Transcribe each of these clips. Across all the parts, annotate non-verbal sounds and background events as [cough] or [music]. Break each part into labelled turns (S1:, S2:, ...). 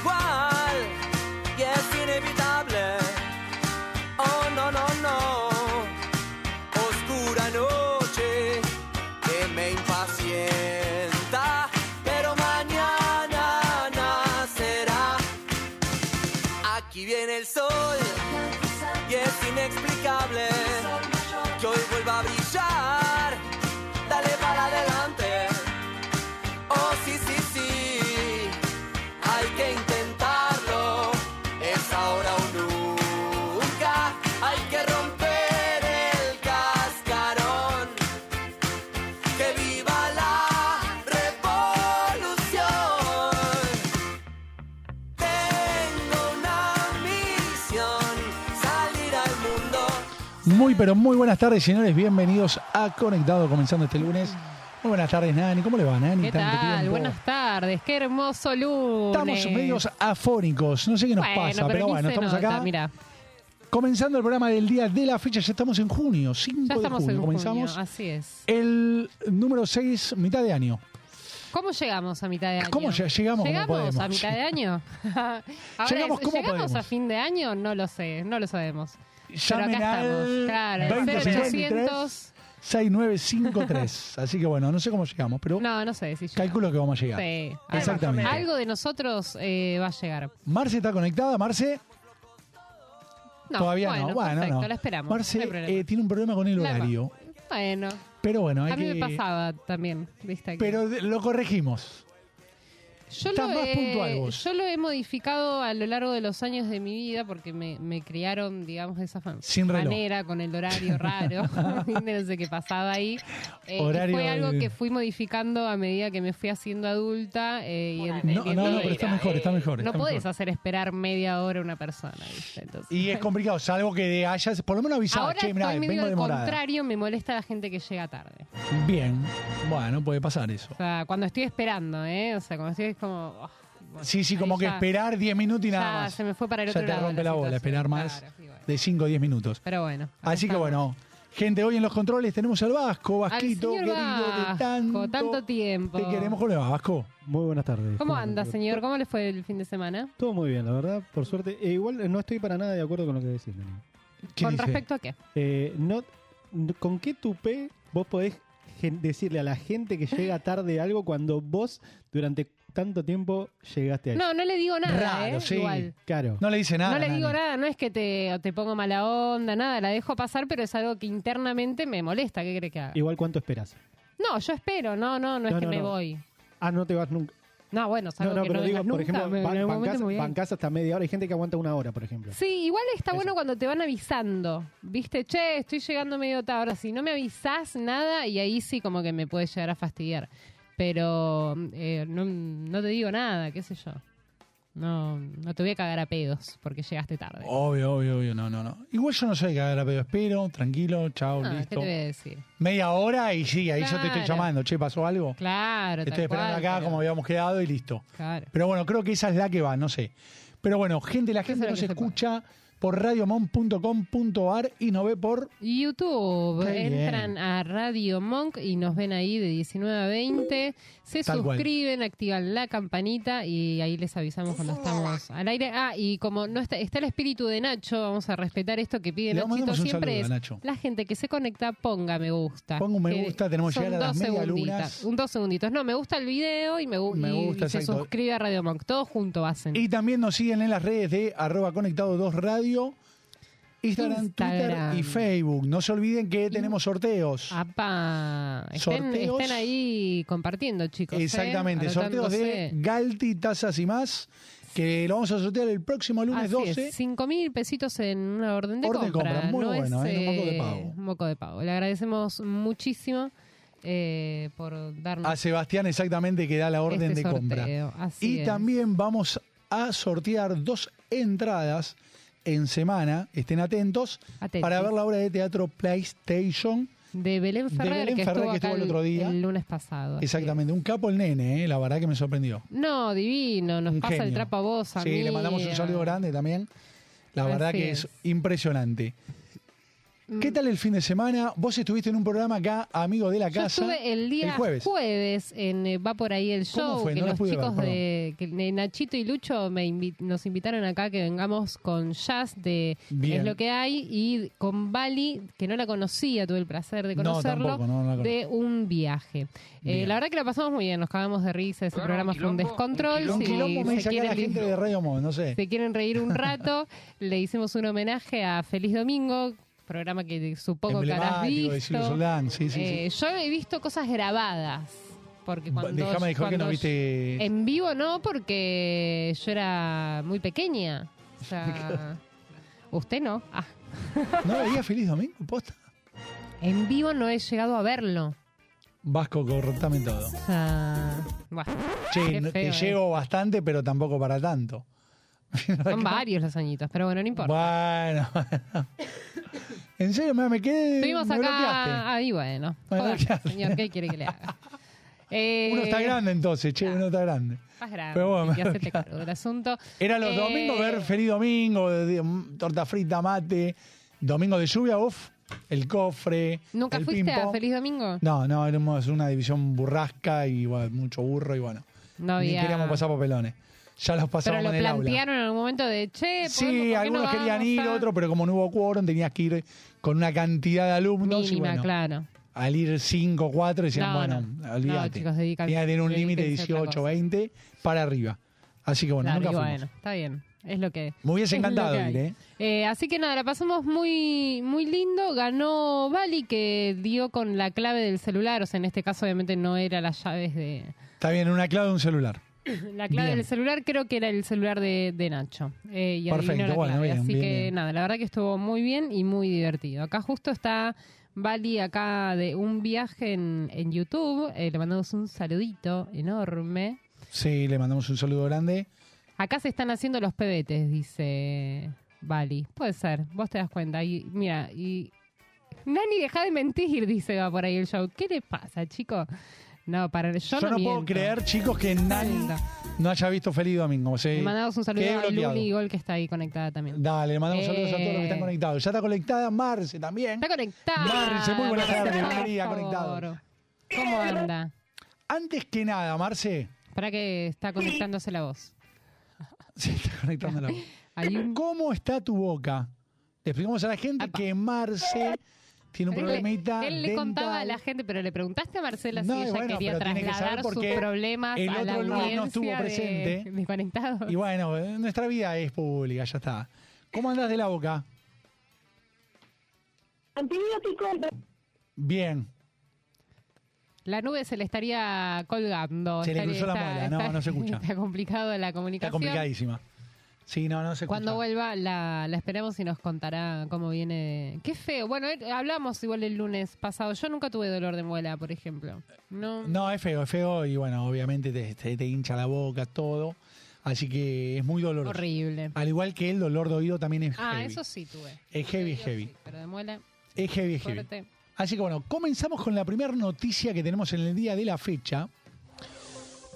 S1: igual y es inevitable. Oh no, no, no, oscura noche que me impacienta, pero mañana nacerá. Aquí viene el sol y es inexplicable que hoy vuelva a brillar. Dale para adelante. Oh, sí, sí, sí. Hay que intentarlo. Es ahora o nunca. Hay que romper el cascarón. Que viva la revolución. Tengo una misión, salir al mundo.
S2: Muy, pero muy buenas tardes, señores. Bienvenidos a Conectado, comenzando este lunes. Muy buenas tardes, Nani. ¿Cómo le va, Nani?
S3: ¿Qué
S2: Tanto
S3: tal?
S2: tiempo.
S3: Buenas tardes, qué hermoso lunes.
S2: Estamos medios afónicos. No sé qué nos
S3: Bueno,
S2: pasa, pero,
S3: ni
S2: bueno,
S3: se
S2: estamos
S3: nota,
S2: acá.
S3: Mira,
S2: Comenzando el programa del día de la fecha. Ya estamos en junio, 5
S3: ya
S2: de
S3: estamos
S2: junio.
S3: en
S2: Comenzamos
S3: junio, así es.
S2: el número 6, mitad de año.
S3: ¿Cómo llegamos a mitad de año?
S2: ¿Cómo lle- llegamos como
S3: ¿Llegamos
S2: podemos?
S3: a mitad
S2: [laughs]
S3: de año? Ahora,
S2: Llegamos
S3: ¿es-
S2: como podemos.
S3: a fin de año? No lo sé, no lo sabemos. Pero
S2: Llamen
S3: acá
S2: al
S3: estamos, claro, el 0800.
S2: 6953. Así que bueno, no sé cómo llegamos, pero
S3: No, no sé si llegamos.
S2: calculo que vamos a llegar.
S3: Sí.
S2: Exactamente.
S3: Algo de nosotros eh, va a llegar.
S2: Marce está conectada, Marce.
S3: No,
S2: Todavía
S3: bueno,
S2: no. Bueno,
S3: perfecto,
S2: no.
S3: la esperamos.
S2: Marce
S3: no hay problema.
S2: eh, tiene un problema con el
S3: La-
S2: horario.
S3: bueno,
S2: Pero bueno, hay
S3: a mí
S2: que.
S3: me pasaba también, viste. que-
S2: Pero de- lo corregimos.
S3: Yo
S2: Estás más puntual vos.
S3: yo lo he modificado a lo largo de los años de mi vida porque me, me criaron, digamos, de esa fa-
S2: Sin reloj.
S3: manera, con el
S2: [laughs]
S3: horario raro, [laughs] no sé qué pasaba ahí. Eh, y
S2: Horario
S3: fue algo
S2: del-
S3: que fui modificando a medida que me fui haciendo adulta. eh, y
S2: No, no,
S3: entendiendo
S2: no,
S3: de-
S2: pero está mejor, está mejor.
S3: No
S2: está
S3: podés
S2: mejor.
S3: hacer esperar media hora a una persona, ¿viste? Entonces,
S2: Y es complicado, salvo que hayas, por lo menos avisado,
S3: Ahora
S2: che, mirá, eh,
S3: estoy medio
S2: vengo
S3: al
S2: demorada.
S3: contrario, me molesta la gente que llega tarde.
S2: Bien, bueno, puede pasar eso.
S3: O sea, cuando estoy esperando, ¿eh? O sea, cuando estoy es como... oh, bueno,
S2: Sí, sí,
S3: ahí
S2: como que
S3: ya-
S2: esperar 10 minutos y nada
S3: ya
S2: más.
S3: se me fue para el
S2: Ya
S3: otro
S2: te
S3: lado
S2: rompe
S3: la
S2: la bola,
S3: situación,
S2: esperar más
S3: claro, y bueno.
S2: de 5 o 10 minutos.
S3: Pero bueno. acá
S2: Así que
S3: estamos.
S2: bueno, gente, hoy en los controles tenemos al Vasco,
S3: Al
S2: Vasquito,
S3: señor
S2: querido, de
S3: Vasco,
S2: tanto,
S3: tanto tiempo.
S2: Te queremos con el Vasco.
S4: Muy buenas tardes.
S3: ¿Cómo
S4: Todo-
S3: anda, señor? ¿Cómo le fue el fin de semana?
S4: Todo muy bien, la verdad, por suerte. E igual eh, no estoy para nada de acuerdo con lo que decís, Nani.
S2: ¿Qué
S3: ¿Con
S2: dice?
S3: respecto a qué?
S4: Eh, no, n- ¿Con qué tupé vos podés gen- decirle a la gente que llega tarde algo cuando vos durante tanto tiempo llegaste a eso?
S3: No, no le digo nada,
S2: Raro,
S3: ¿eh?
S2: sí.
S3: Igual.
S4: Claro.
S2: No le dice nada.
S3: no le digo
S2: Nani.
S3: nada, no es que te, te pongo mala onda, nada, la dejo pasar, pero es algo que internamente me molesta. ¿Qué cree que haga?
S4: Igual cuánto esperas.
S3: No, yo espero, no, no, no es
S4: No,
S3: que
S4: no,
S3: me
S4: no.
S3: voy.
S4: Ah, no te vas nunca.
S3: No, bueno,
S4: No,
S3: salvo
S4: no,
S3: que
S4: pero
S3: no
S4: digo,
S3: vengas
S4: por
S3: nunca,
S4: ejemplo,
S3: me- en
S4: ban-
S3: algún momento
S4: bancás,
S3: me voy a ir.
S4: bancás hasta media hora. Hay gente que aguanta una hora, por ejemplo.
S3: Sí, igual está
S4: Eso.
S3: bueno cuando te van avisando. Viste, che, estoy llegando medio tarde. Ahora, si no me avisás nada, y ahí sí como que me puede llegar a fastidiar. Pero eh, no, no te digo nada, qué sé yo. No, no te voy a cagar a pedos porque llegaste tarde.
S2: Obvio, obvio, obio, no, no, no. Igual yo no soy que haga pero espero, tranquilo, chao,
S3: Ah, ¿Qué te
S2: Oh, listo.
S3: voy a decir?
S2: Media hora y sí, ahí yo te estoy
S3: Claro.
S2: llamando, che, ¿pasó algo?
S3: Claro,
S2: estoy
S3: tal
S2: esperando
S3: cual,
S2: acá
S3: pero-
S2: como habíamos quedado y listo.
S3: Claro.
S2: Pero bueno, creo que esa es la que va, no sé. Pero bueno, gente, la
S3: Eso es
S2: gente
S3: lo
S2: nos
S3: que se puede.
S2: escucha por radiomon.com.ar y nos ve por...
S3: YouTube,
S2: Qué bien.
S3: entran a Radio Monk y nos ven ahí de 19 a 20, se
S2: Tal cual.
S3: suscriben, activan la campanita y ahí les avisamos cuando estamos al aire. Ah, y como no está, está el espíritu de Nacho, vamos a respetar esto que pide
S2: Le
S3: Nachito
S2: mandamos un
S3: siempre
S2: saludo
S3: es
S2: a Nacho.
S3: la gente que se conecta ponga me gusta.
S2: Ponga un me
S3: Que
S2: gusta, tenemos que
S3: son
S2: llegar a las
S3: dos
S2: medialunas.
S3: segunditas, Un dos segunditos. No, me gusta el video y me, gu-
S2: Me
S3: y
S2: gusta,
S3: se
S2: exacto.
S3: suscribe a Radio Monk. Todos juntos hacen.
S2: Y también nos siguen en las redes de arroba conectado 2 radio, Instagram,
S3: Instagram.
S2: Twitter y Facebook. No se olviden que tenemos sorteos.
S3: Apa, estén,
S2: Sorteos.
S3: estén ahí compartiendo, chicos. ¿eh?
S2: Exactamente, sorteos de
S3: Anotándose.
S2: Galti, tazas y más, que lo vamos a sortear el próximo lunes
S3: Así
S2: 12.
S3: es, 5 mil pesitos en una orden de
S2: Orden de
S3: compra.
S2: compra, muy
S3: no
S2: bueno,
S3: es,
S2: ¿eh? Un moco de
S3: eh,
S2: pavo.
S3: un moco de pavo. Le agradecemos muchísimo eh, por darnos
S2: A Sebastián exactamente que da la orden
S3: este
S2: de
S3: sorteo.
S2: compra.
S3: Así
S2: Y
S3: es.
S2: también vamos a sortear dos entradas en semana, estén atentos,
S3: Atentis.
S2: para ver la obra de teatro PlayStation.
S3: de Belén
S2: de
S3: Ferrer,
S2: Belén
S3: que,
S2: Ferrer,
S3: estuvo
S2: que
S3: acá
S2: estuvo el otro día.
S3: el lunes pasado. así
S2: Exactamente, un capo el nene, eh, la verdad que me sorprendió.
S3: es. No, divino, nos
S2: Un
S3: pasa el
S2: genio.
S3: trapo a vos, a
S2: Sí,
S3: mí,
S2: le mandamos un
S3: a-
S2: saludo grande también. La
S3: Así
S2: verdad que
S3: es.
S2: es impresionante.
S3: Mm.
S2: ¿Qué tal el fin de semana? Vos estuviste en un programa acá, amigo de la
S3: Yo
S2: casa.
S3: estuve el día
S2: el jueves.
S3: en eh, Va por ahí el
S2: ¿Cómo
S3: show,
S2: fue?
S3: que
S2: No lo
S3: los
S2: pude ver,
S3: chicos de, que de Nachito y Lucho me invi- nos invitaron acá que vengamos con jazz de
S2: Bien.
S3: Es lo que hay y con Bali, que no la conocía, tuve el placer de
S2: No,
S3: conocerlo,
S2: tampoco, no, no la conozco.
S3: de un viaje. Eh,
S2: Bien.
S3: la verdad que la pasamos muy bien, nos cagamos de risa, ese programa fue un descontrol.
S2: Un
S3: si
S2: quilombo me dice
S3: se
S2: acá la
S3: quieren
S2: gente
S3: li-
S2: de Radio Mod, no sé.
S3: se quieren reír un rato, [laughs] le hicimos un homenaje a Feliz Domingo, programa que supongo que habrás
S2: Emblemático de Silvio
S3: visto.
S2: Soldán, sí, sí, sí.
S3: Eh, Yo he visto cosas grabadas. Porque cuando,
S2: Déjame dejar que
S3: cuando
S2: no viste.
S3: En vivo no, porque yo era muy pequeña.
S2: [laughs]
S3: O sea, usted no. Ah,
S2: ¿No veía Feliz Domingo? Posta.
S3: en vivo no he llegado a verlo.
S2: Vasco correctamentado.
S3: O sea, bueno,
S2: Che,
S3: Qué
S2: no- te
S3: feo, eh.
S2: llevo bastante, pero tampoco para tanto. [laughs]
S3: son varios los añitos, pero bueno, no importa.
S2: Bueno. [laughs] en serio, me, me quedé.
S3: Estuvimos
S2: me bloqueaste.
S3: acá. Ahí bueno.
S2: Me
S3: Joder,
S2: bloqueaste.
S3: señor, ¿qué quiere que le haga? Eh,
S2: [laughs] Uno está grande entonces, che,
S3: claro.
S2: uno está grande.
S3: Más grande.
S2: Pero bueno,
S3: hay que
S2: me
S3: hacerte cargo del asunto.
S2: Era los
S3: Eh,
S2: domingos ver Feliz Domingo, de- de- mm, torta frita, mate, domingo de lluvia, uff, el cofre.
S3: ¿Nunca
S2: el
S3: fuiste a
S2: ping-pong.
S3: Feliz Domingo?
S2: No, no, éramos una división burrasca y bueno, mucho burro y bueno.
S3: No
S2: ni
S3: había.
S2: queríamos pasar papelones. Ya los
S3: Pero
S2: pasamos
S3: lo
S2: en el aula.
S3: plantearon en algún momento de, che, ¿por- ¿por
S2: Sí,
S3: qué
S2: algunos
S3: no
S2: querían
S3: vamos
S2: ir,
S3: a-"
S2: otros, pero como no hubo quórum, tenías que ir con una cantidad de alumnos. y
S3: Mínima,
S2: bueno,
S3: claro.
S2: Al ir 5, 4, decían,
S3: No,
S2: bueno,
S3: no. No,
S2: olvídate.
S3: chicos, dedican-
S2: Tenías que tener un límite de
S3: dedíquense a otra
S2: 18,
S3: cosa.
S2: 20 para arriba. Así que bueno,
S3: Claro,
S2: nunca
S3: y
S2: fuimos.
S3: bueno, está bien. Es lo que.
S2: Me hubiese
S3: es lo
S2: encantado
S3: que
S2: ir,
S3: hay.
S2: ¿eh?
S3: Eh, así que nada, la pasamos muy, muy lindo. Ganó Bali, que dio con la clave del celular. O sea, en este caso, obviamente, no era las llaves de.
S2: Está bien, una clave de un celular.
S3: [coughs] La clave
S2: Bien.
S3: del celular creo que era el celular de, de Nacho. Eh, y adivinó
S2: Perfecto,
S3: la
S2: bueno,
S3: clave.
S2: bien,
S3: Así
S2: bien,
S3: que
S2: bien.
S3: nada, la verdad que estuvo muy bien y muy divertido. Acá justo está Bali, acá de un viaje en, en YouTube. Eh, le mandamos un saludito enorme.
S2: Sí, le mandamos un saludo grande.
S3: Acá se están haciendo los pebetes, dice Bali. Puede ser, vos te das cuenta. Y mira, y. Nani, deja de mentir, dice va por ahí el show. ¿Qué le pasa, chico? No, para yo,
S2: Yo no, puedo
S3: miento.
S2: creer, chicos, que nadie
S3: Miento.
S2: no haya visto Feliz Domingo. Sí.
S3: Le mandamos un saludo
S2: Quedé
S3: a
S2: bloqueado.
S3: Luli Gol, que está ahí conectada también.
S2: Dale, le mandamos saludos a todos los que están
S3: Eh.
S2: conectados. Ya está conectada Marce también.
S3: Está conectada.
S2: Marce, muy buenas tardes,
S3: por
S2: bienvenida,
S3: favor.
S2: conectado.
S3: ¿Cómo anda?
S2: Antes que nada, Marce, [laughs]
S3: Para que está conectándose la voz.
S2: se está conectando la voz.
S3: [laughs] Hay un...
S2: ¿Cómo está tu boca? Le explicamos a la gente
S3: Apa.
S2: que Marce tiene un
S3: Él le,
S2: problemita.
S3: él le contaba a
S2: dental.
S3: la gente, pero le preguntaste a Marcela
S2: No,
S3: si
S2: y
S3: ella
S2: bueno,
S3: quería
S2: pero tiene que saber
S3: trasladar sus
S2: porque
S3: problemas
S2: el
S3: a la
S2: otro lunes
S3: audiencia
S2: no estuvo
S3: de-
S2: presente.
S3: de Conectados.
S2: Y bueno, eh, nuestra vida es pública, ya está. ¿Cómo andás de la boca?
S5: Antibiótico,
S2: Bien.
S3: La nube se le estaría colgando.
S2: Se le
S3: Estaría-
S2: cruzó la
S3: está-
S2: muela. No,
S3: está-
S2: no se escucha.
S3: Está complicado la comunicación.
S2: Está complicadísima. Sí, no, no se
S3: Cuando
S2: escucha.
S3: vuelva la, la esperamos y nos contará cómo viene. Qué feo. Bueno, eh, hablamos igual el lunes pasado. Yo nunca tuve dolor de muela, por ejemplo. No.
S2: No, es feo, es feo y bueno, obviamente te, te- te hincha la boca, todo. Así que es muy doloroso.
S3: Horrible.
S2: Al igual que el dolor de oído también Ah, es
S3: Ah,
S2: heavy.
S3: eso sí tuve.
S2: Es heavy,
S3: Eso
S2: heavy.
S3: sí, pero de muela,
S2: Es heavy, es heavy.
S3: fuerte.
S2: Así que bueno, comenzamos con la primera noticia que tenemos en el día de la fecha.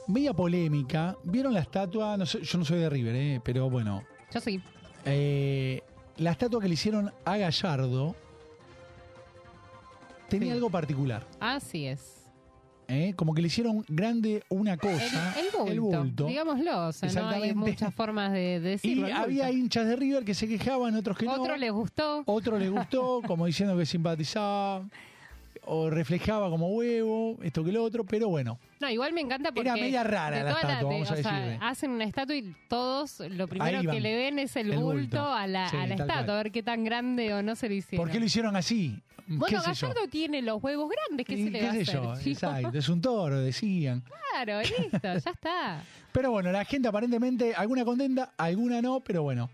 S2: Media polémica. ¿Vieron la estatua? No sé, yo no soy de River, eh, pero bueno.
S3: Yo sí.
S2: Eh, la estatua que le hicieron a Gallardo tenía
S3: Sí.
S2: algo particular.
S3: Así es.
S2: ¿eh? Como que le hicieron grande una
S3: El,
S2: cosa.
S3: el bulto, Digámoslo. O sea, no hay
S2: Exactamente.
S3: muchas formas de, de
S2: y
S3: decirlo. el
S2: había
S3: bulto.
S2: hinchas de River que se quejaban, otros que
S3: Otro
S2: no.
S3: les gustó.
S2: Otro le
S3: [laughs]
S2: gustó, como diciendo que simpatizaba o reflejaba como huevo, esto que lo otro, pero bueno.
S3: No, igual me encanta porque.
S2: Era media rara
S3: de
S2: la
S3: toda la-
S2: estatua,
S3: de-
S2: vamos a
S3: o sea,
S2: decirle.
S3: hacen una estatua y todos lo primero
S2: van,
S3: que le ven es el,
S2: el
S3: bulto,
S2: bulto.
S3: a la,
S2: Sí,
S3: a la
S2: tal
S3: estatua,
S2: cual.
S3: a ver qué tan grande o no se lo hicieron.
S2: ¿Por qué lo hicieron así?
S3: Bueno,
S2: ¿Qué sé yo?
S3: Gallardo tiene los huevos grandes, ¿qué
S2: Y
S3: se le va a
S2: qué
S3: hacer?
S2: sé yo,
S3: chico?
S2: exacto, es un toro, decían.
S3: Claro, listo, ya está.
S2: [laughs] Pero bueno, la gente aparentemente, alguna contenta, alguna no, pero bueno.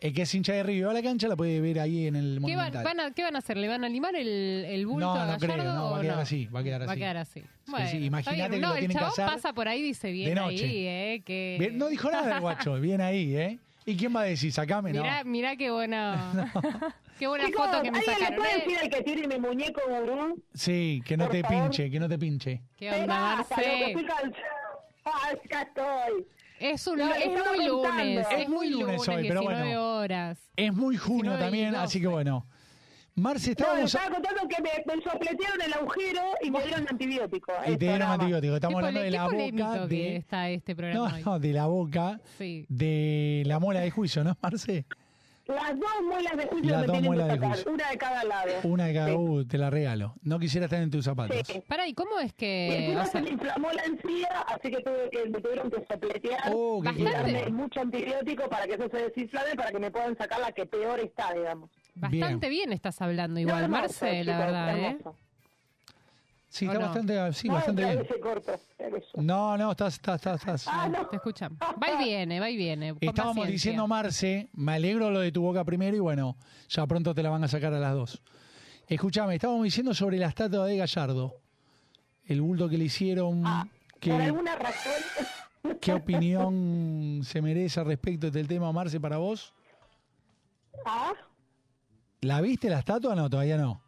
S2: El que es hincha de River va a la cancha la puede ver ahí en el
S3: ¿Qué van,
S2: Monumental.
S3: van a, ¿Qué van a hacer? ¿Le van a limar el, el bulto
S2: No,
S3: a
S2: no
S3: Gallardo
S2: creo, no, va a
S3: o
S2: quedar así, va a quedar
S3: Va a
S2: así.
S3: quedar así.
S2: sí,
S3: Bueno, está
S2: imagínate
S3: bien.
S2: que
S3: no,
S2: lo
S3: el
S2: tienen que
S3: chabón
S2: hacer
S3: pasa por ahí y dice, bien
S2: noche.
S3: ahí, eh, que...
S2: Bien, no dijo nada el
S3: [laughs]
S2: guacho, bien ahí, ¿eh? ¿Y quién va a decir? Sacame, no.
S3: mirá, mirá
S2: [laughs]
S3: qué buena... qué buena
S5: chicos,
S3: foto que me
S5: ¿alguien le
S3: sacaron.
S5: puede
S3: eh.
S5: decir al que tiene mi muñeco gurú?
S2: Sí, que no
S5: Por
S2: te
S5: favor.
S2: pinche, que no te pinche.
S3: ¿Qué onda,
S5: basta, loco,
S3: Marce?
S5: estoy cansada. Ah, ya estoy.
S3: Es, un,
S5: Lo
S3: es
S5: estaba
S3: muy
S5: contando.
S3: lunes.
S5: Es
S3: muy
S2: lunes hoy, pero
S3: 19
S2: bueno.
S3: horas.
S2: Es muy junio
S3: 19 y
S2: también, así que
S3: 12.
S2: bueno. Marce,
S5: No, me
S2: estábamos.
S5: estaba contando que me, me sopletearon el agujero y me dieron antibiótico.
S2: y
S5: Eso,
S2: eh, te dieron
S5: nada más.
S2: antibiótico. Estamos
S3: Qué
S2: hablando
S3: pole-
S2: de
S3: qué
S2: la boca.
S3: polémico que
S2: De,
S3: está este programa
S2: no,
S3: hoy.
S2: no, de la boca.
S3: Sí.
S2: De la mola de juicio, ¿no, Marce?
S5: Las dos muelas de juicio
S2: Las
S5: me
S2: dos
S5: tienen que
S2: muelas de
S5: sacar,
S2: juicio.
S5: una de cada lado.
S2: Una de cada
S5: Sí.
S2: uh, te la regalo. No quisiera estar en tus zapatos.
S5: Sí.
S3: Pará, ¿y cómo es
S5: Y
S3: que.?
S5: encima
S3: o sea,
S5: se me inflamó la encía, así que, tuve que me tuvieron que sopletear
S2: Oh, qué
S5: y
S3: Bastante.
S5: darme
S2: quilombo.
S5: mucho antibiótico para que eso se desinflame, para que me puedan sacar la que peor está, digamos.
S3: bastante bien. estás hablando, igual,
S5: Hermoso,
S3: Marce, la
S5: chicos,
S3: verdad, ¿eh?
S5: hermoso.
S2: Sí,
S3: ¿O
S2: está
S3: no?
S2: bastante, sí,
S5: No,
S2: bastante
S5: otra
S2: bien.
S5: vez se cortó, pero eso.
S2: No, no, estás, estás, estás. estás-
S5: Ah, no. Ah.
S3: Te escuchan. Va y viene, va y viene. con
S2: Estábamos
S3: paciencia.
S2: diciendo, Marce, me alegro lo de tu boca primero y bueno, ya pronto te la van a sacar a las dos. Escúchame, estábamos diciendo sobre la estatua de Gallardo. El bulto que le hicieron.
S5: Por
S2: ¿qué,
S5: alguna razón,
S2: ¿Qué [laughs] opinión se merece al respecto del tema, Marce, para vos?
S5: ah,
S2: ¿La viste la estatua? No, todavía no.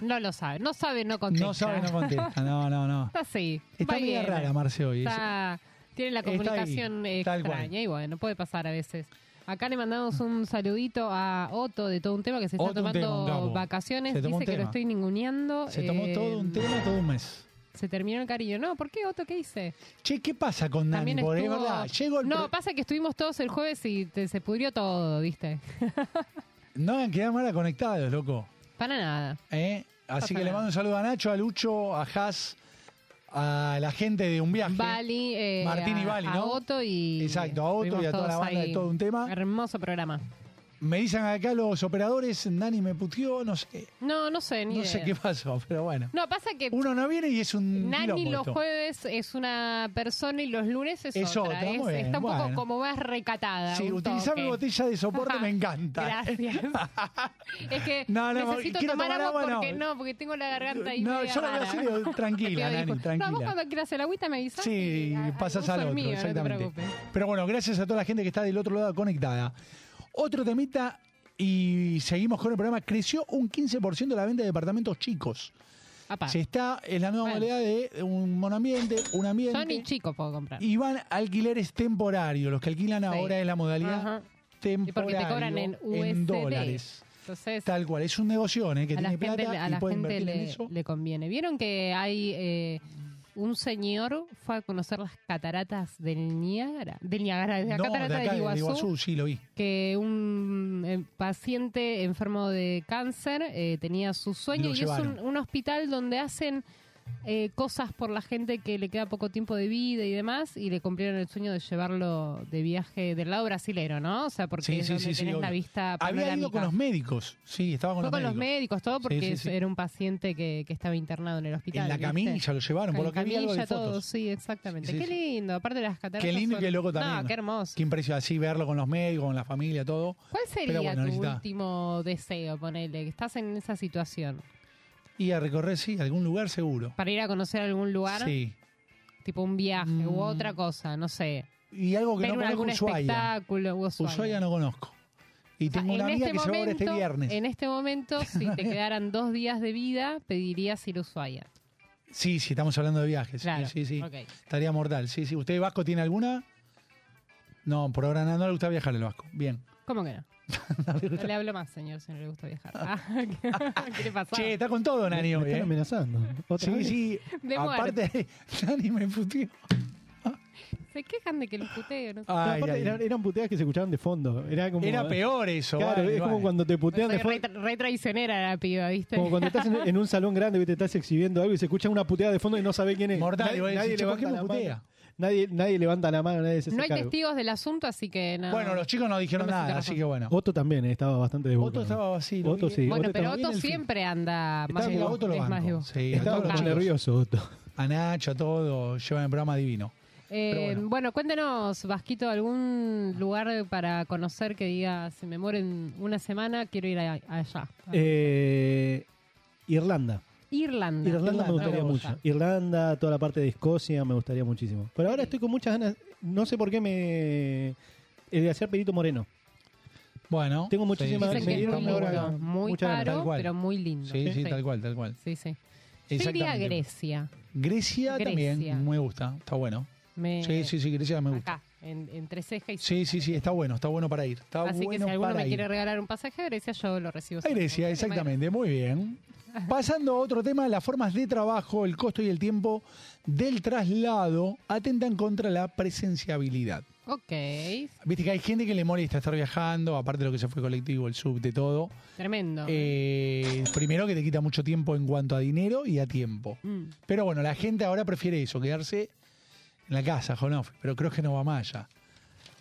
S3: No lo sabe, no sabe, no contesta.
S2: No sabe, no contesta. No, no, no.
S3: [laughs] Está así.
S2: Está
S3: va y
S2: media
S3: viene.
S2: rara, Marce, hoy.
S3: Está- tiene la
S2: Está ahí,
S3: comunicación
S2: tal cual.
S3: extraña y bueno, puede pasar a veces. Acá le mandamos un saludito a Otto de todo un tema que se está
S2: Otto, un tema, un
S3: tomando
S2: capo.
S3: vacaciones.
S2: Se tomó un
S3: Dice que lo
S2: tema.
S3: estoy ninguneando.
S2: Se tomó
S3: eh,
S2: todo un tema, todo un mes.
S3: Se terminó el cariño. No, ¿por qué Otto? ¿Qué hice?
S2: Che, ¿qué pasa con Dani?
S3: También
S2: Por es
S3: estuvo-
S2: verdad, llegó el
S3: No,
S2: pro-
S3: pasa que estuvimos todos el jueves y te- se pudrió todo, ¿viste?
S2: no han quedado mal conectados, loco.
S3: Para nada.
S2: ¿eh? Así
S3: Pasa
S2: que le
S3: nada.
S2: mando un saludo a Nacho, a Lucho, a Haas, a la gente de un viaje.
S3: Bali, eh,
S2: Martín y
S3: a-
S2: Bali, ¿no?
S3: A Otto y.
S2: Exacto, a Otto y a
S3: estuvimos
S2: toda la
S3: todos
S2: banda de Todo un Tema.
S3: Hermoso programa.
S2: Me dicen acá los operadores, Dani me puteó, no sé,
S3: No, no sé, ni
S2: no sé
S3: idea.
S2: qué pasó, pero bueno.
S3: No, pasa que
S2: Uno no viene y es un
S3: Nani
S2: quilombo
S3: los
S2: esto.
S3: jueves es una persona y los lunes es,
S2: Es otra,
S3: Es-
S2: muy bien,
S3: está un poco
S2: bueno.
S3: como más recatada.
S2: Sí,
S3: un
S2: utilizar mi
S3: toque.
S2: botella de soporte me encanta.
S3: [laughs]
S2: [laughs]
S3: Gracias. es que
S2: No, no,
S3: necesito
S2: quiero
S3: tomar,
S2: tomar
S3: agua
S2: agua,
S3: porque
S2: no.
S3: no. porque tengo la garganta ahí.
S2: No,
S3: media
S2: yo la voy a
S3: rara. [laughs]
S2: hacer, digo,
S3: Te
S2: tranquila,
S3: pido
S2: Nani,
S3: disculpas. No, vos
S2: tranquila.
S3: cuando quieras el agüita me avisás.
S2: Sí,
S3: y- ah,
S2: pasas
S3: uso
S2: al
S3: el
S2: otro,
S3: mío, no te
S2: exactamente.
S3: preocupes.
S2: Pero bueno, gracias a toda la gente que está del otro lado conectada. Otro temita y seguimos con el programa. Creció un 15% la venta de departamentos chicos.
S3: Apá,
S2: Se está en la nueva
S3: Bueno.
S2: modalidad de un monambiente, un ambiente.
S3: yo ni chico puedo comprar.
S2: y van a alquileres temporarios. Los que alquilan
S3: Sí.
S2: ahora es la modalidad
S3: Ajá.
S2: temporaria.
S3: Y porque te cobran en USD.
S2: dólares.
S3: Entonces,
S2: Tal cual. Es un negoción ¿eh? que
S3: a la
S2: tiene
S3: gente,
S2: plata
S3: le- a
S2: y
S3: la
S2: puede
S3: gente
S2: invertir en
S3: le,
S2: eso.
S3: le conviene. ¿Vieron que hay eh, un señor fue a conocer las cataratas del Niágara? Del Niágara, de la
S2: no,
S3: catarata
S2: de acá,
S3: del
S2: de
S3: Iguazú.
S2: Iguazú, sí, lo vi.
S3: Que un eh, paciente enfermo de cáncer eh, tenía su
S2: Lo
S3: sueño y es un,
S2: llevaron.
S3: un hospital donde hacen eh, cosas por la gente que le queda poco tiempo de vida y demás y le cumplieron el sueño de llevarlo de viaje del lado brasilero, ¿no? O sea, porque
S2: Sí,
S3: es
S2: sí,
S3: donde
S2: sí, sí,
S3: tenés la
S2: obvio.
S3: vista
S2: Había ido
S3: panorámica.
S2: con los médicos, sí, estaba con,
S3: Fue
S2: los,
S3: con los
S2: médicos.
S3: médicos, todo,
S2: sí,
S3: porque
S2: sí.
S3: era un paciente que, que estaba internado en el hospital.
S2: En la
S3: ¿viste?
S2: camilla lo llevaron, por
S3: En
S2: lo que vi algo de
S3: camilla, todo,
S2: fotos.
S3: sí,
S2: Sí,
S3: exactamente.
S2: sí,
S3: qué
S2: sí.
S3: lindo, aparte de las cataratas.
S2: Qué lindo y
S3: son-
S2: qué loco también.
S3: No, qué hermoso.
S2: Qué impresión así verlo con los médicos, con la familia, todo.
S3: ¿Cuál sería
S2: bueno,
S3: tu
S2: necesitaba.
S3: último deseo, ponele, que estás en esa situación?
S2: Y a recorrer, sí, algún lugar seguro.
S3: Para ir a conocer algún lugar,
S2: Sí.
S3: tipo un viaje
S2: Mm.
S3: u otra cosa, no sé.
S2: Y algo que
S3: Ver
S2: no
S3: un-
S2: conozco,
S3: algún
S2: Ushuaia.
S3: espectáculo. u Ushuaia.
S2: Ushuaia no conozco. Y
S3: O sea,
S2: tengo una amiga que se va ahora este viernes.
S3: En este momento, si
S2: [laughs]
S3: te quedaran dos días de vida, pedirías ir a Ushuaia.
S2: Sí, sí, estamos hablando de viajes. Sí,
S3: Claro.
S2: Sí, sí,
S3: ok.
S2: Estaría mortal. Sí, sí. ¿Usted, Vasco, tiene alguna? No, por ahora no, no le gusta viajar el Vasco. Bien.
S3: ¿Cómo
S2: [laughs]
S3: que no? No le hablo más, señor, si no le gusta viajar. Ah, [laughs] ¿Qué le pasó?
S2: Che, está con todo, Nani,
S4: me
S2: hoy,
S4: están
S2: ¿eh?
S4: amenazando. ¿Otra
S2: Sí,
S4: vez?
S2: sí. [laughs]
S3: [laughs] De
S2: Aparte,
S3: Eh.
S2: [laughs] Nani me putió.
S3: Se quejan de que los puteo, no sé.
S4: Pero
S2: Ay,
S4: aparte
S2: Dani.
S4: eran, eran puteadas que se escuchaban de fondo. Era como.
S2: Ah,
S4: eh,
S2: Era peor eso.
S4: Claro,
S2: vale,
S4: es como
S2: vale.
S4: cuando te putean
S3: Soy
S4: de
S3: re,
S4: fondo.
S3: re traicionera la piba, ¿viste?
S4: Como cuando estás en, en un salón grande y te estás exhibiendo algo y se escucha una puteada de fondo y no sabe quién es.
S2: Mortal, y vos decís, "Che, ¿por qué me
S4: la
S2: putea?"
S4: mano. Nadie, nadie levanta la mano, nadie se hace
S3: No hay
S4: cargo.
S3: testigos del asunto, así que no.
S2: Bueno, los chicos no dijeron
S3: No me
S2: nada,
S3: siento
S2: así
S3: razón.
S2: que bueno.
S4: Otto también estaba bastante de boca.
S2: Otto
S4: ¿no?
S2: estaba así.
S4: Otto sí.
S3: Bueno,
S4: Otto
S3: pero
S4: estaba bien
S3: Otto
S4: en el film.
S3: siempre anda más
S2: Estaba
S3: que
S2: a
S3: vos,
S2: Otto lo
S3: es más que
S2: banco.
S3: vos.
S2: Sí, a
S4: Estaba
S2: todos los
S4: como
S3: chicos.
S4: nervioso, Otto.
S2: A Nacho, a todo, llevan el programa divino.
S3: Eh,
S2: Pero bueno.
S3: bueno. cuéntenos, Vasquito, algún lugar para conocer que diga, si me muero en una semana, quiero ir a- allá.
S4: Eh, Irlanda.
S3: Irlanda.
S4: Irlanda, me gustaría
S3: me
S4: mucho.
S3: gusta.
S4: Irlanda, toda la parte de Escocia me gustaría muchísimo. Pero ahora estoy con muchas ganas, no sé por qué me... El de hacer Perito Moreno.
S2: Bueno.
S4: Tengo muchísimas-
S3: Dicen
S4: Me
S3: que es
S4: dieron
S3: muy
S4: ahora
S3: lindo,
S4: ganas.
S3: muy
S4: Muchas ganas,
S3: caro,
S2: tal cual.
S3: pero muy lindo.
S2: Sí, sí, tal cual, tal cual.
S3: Sí, sí. Yo iría a
S2: Exactamente.
S3: Grecia.
S2: Grecia
S3: Grecia.
S2: también me gusta, está bueno.
S3: Me-
S2: Sí, sí, sí, Grecia me gusta.
S3: Acá, en- entre ceja y ceja.
S2: Sí, sí, sí, está bueno, está bueno para ir. Está
S3: Así que
S2: bueno
S3: si alguno
S2: para
S3: me
S2: ir.
S3: quiere regalar un pasaje a Grecia, yo lo recibo.
S2: A Grecia,
S3: siempre.
S2: exactamente, muy bien. Pasando a otro tema, las formas de trabajo, el costo y el tiempo del traslado atentan contra la presenciabilidad.
S3: Ok,
S2: Viste que hay gente que le molesta estar viajando, aparte de lo que se fue colectivo, el subte, todo.
S3: tremendo.
S2: Eh, primero que te quita mucho tiempo en cuanto a dinero y a tiempo.
S3: Mm.
S2: Pero bueno, la gente ahora prefiere eso, quedarse en la casa, home office, pero creo que no va más allá.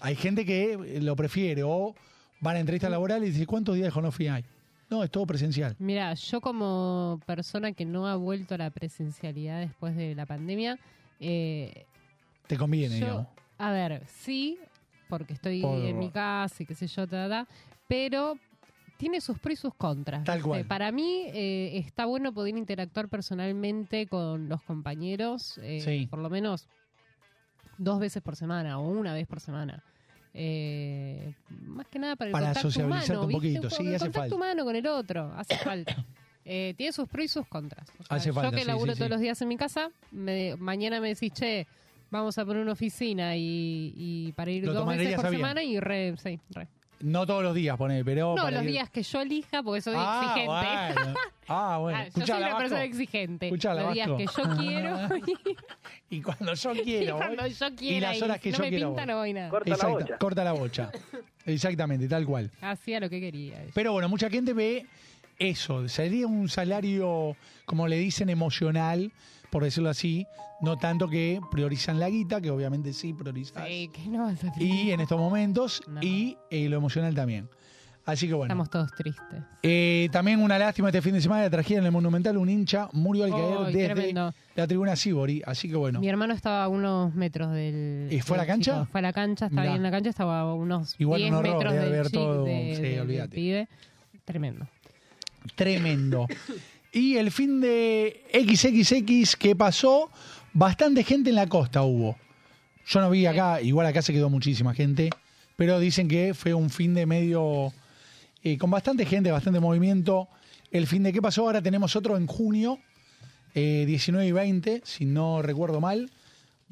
S2: Hay gente que eh, lo prefiere o van a entrevistas
S3: Mm.
S2: laborales y dice, ¿cuántos días de home office hay? No, es todo presencial.
S3: Mira, yo como persona que no ha vuelto a la presencialidad después de la pandemia, eh,
S2: Te conviene,
S3: Yo-
S2: digamos.
S3: a ver, sí, porque estoy
S2: Por-
S3: en mi casa y qué sé yo, ta, ta, ta, pero tiene sus pros y sus contras.
S2: Tal
S3: ¿viste?
S2: cual.
S3: Para mí eh, está bueno poder interactuar personalmente con los compañeros, eh,
S2: Sí.
S3: por lo menos dos veces por semana o una vez por semana. Eh, más que nada para el
S2: Para
S3: contacto
S2: sociabilizarte
S3: humano,
S2: un
S3: ¿viste?
S2: poquito, sí,
S3: el
S2: hace
S3: contacto
S2: falta.
S3: humano con el otro, hace falta. [coughs] Eh, tiene sus pros y sus contras. O sea,
S2: Hace falta,
S3: Yo que
S2: sí,
S3: laburo
S2: sí,
S3: todos
S2: sí.
S3: los días en mi casa, me- mañana me decís, che, vamos a poner una oficina y, y para ir
S2: Lo
S3: dos veces
S2: tomarías
S3: por
S2: a bien.
S3: semana y re, sí, re.
S2: No todos los días, poné, pero...
S3: No,
S2: para
S3: los
S2: ir-
S3: días que yo elija, porque soy
S2: ah,
S3: exigente. [laughs]
S2: Bueno. Ah, bueno.
S3: Ah, yo soy
S2: Escuchala,
S3: una
S2: Vasco.
S3: persona exigente.
S2: Escuchala,
S3: los días
S2: Vasco.
S3: que
S2: [laughs]
S3: yo quiero [laughs]
S2: Y cuando yo
S3: y, y
S2: quiero.
S3: cuando
S2: voy.
S3: yo quiera.
S2: las horas
S3: si
S2: que
S3: no
S2: yo
S3: me
S2: quiera,
S3: pinta,
S2: voy.
S3: no voy nada.
S5: Corta la
S2: Exacta-
S5: bocha.
S2: corta la bocha. Exactamente, tal cual.
S3: Hacía lo que quería.
S2: Pero bueno, mucha gente ve eso. Sería un salario, como le dicen, emocional, por decirlo así. No tanto que priorizan la guita, que obviamente sí priorizan.
S3: Sí, que no vas a
S2: Y en estos momentos,
S3: No.
S2: y eh, lo emocional también. Así que bueno.
S3: Estamos todos tristes.
S2: Eh, también una lástima este fin de semana, la tragedia en el Monumental, un hincha murió al caer
S3: Ay,
S2: desde
S3: tremendo.
S2: la tribuna Sibori. Así que bueno,
S3: Mi hermano estaba a unos metros del.
S2: ¿Y fue a la
S3: del
S2: cancha?
S3: chico. Fue a la cancha, estaba
S2: Mirá.
S3: ahí en la cancha, estaba a unos
S2: Igual
S3: 10
S2: un horror,
S3: metros
S2: debe
S3: del,
S2: haber
S3: chico,
S2: todo,
S3: de-
S2: sí,
S3: del- del
S2: olvídate.
S3: pibe. Tremendo.
S2: tremendo. y el fin de XXX que pasó, bastante gente en la costa hubo. Yo no vi acá, igual acá se quedó muchísima gente, pero dicen que fue un fin de medio eh, con bastante gente, bastante movimiento. El fin de qué pasó, ahora tenemos otro en junio, eh, 19 y 20, si no recuerdo mal.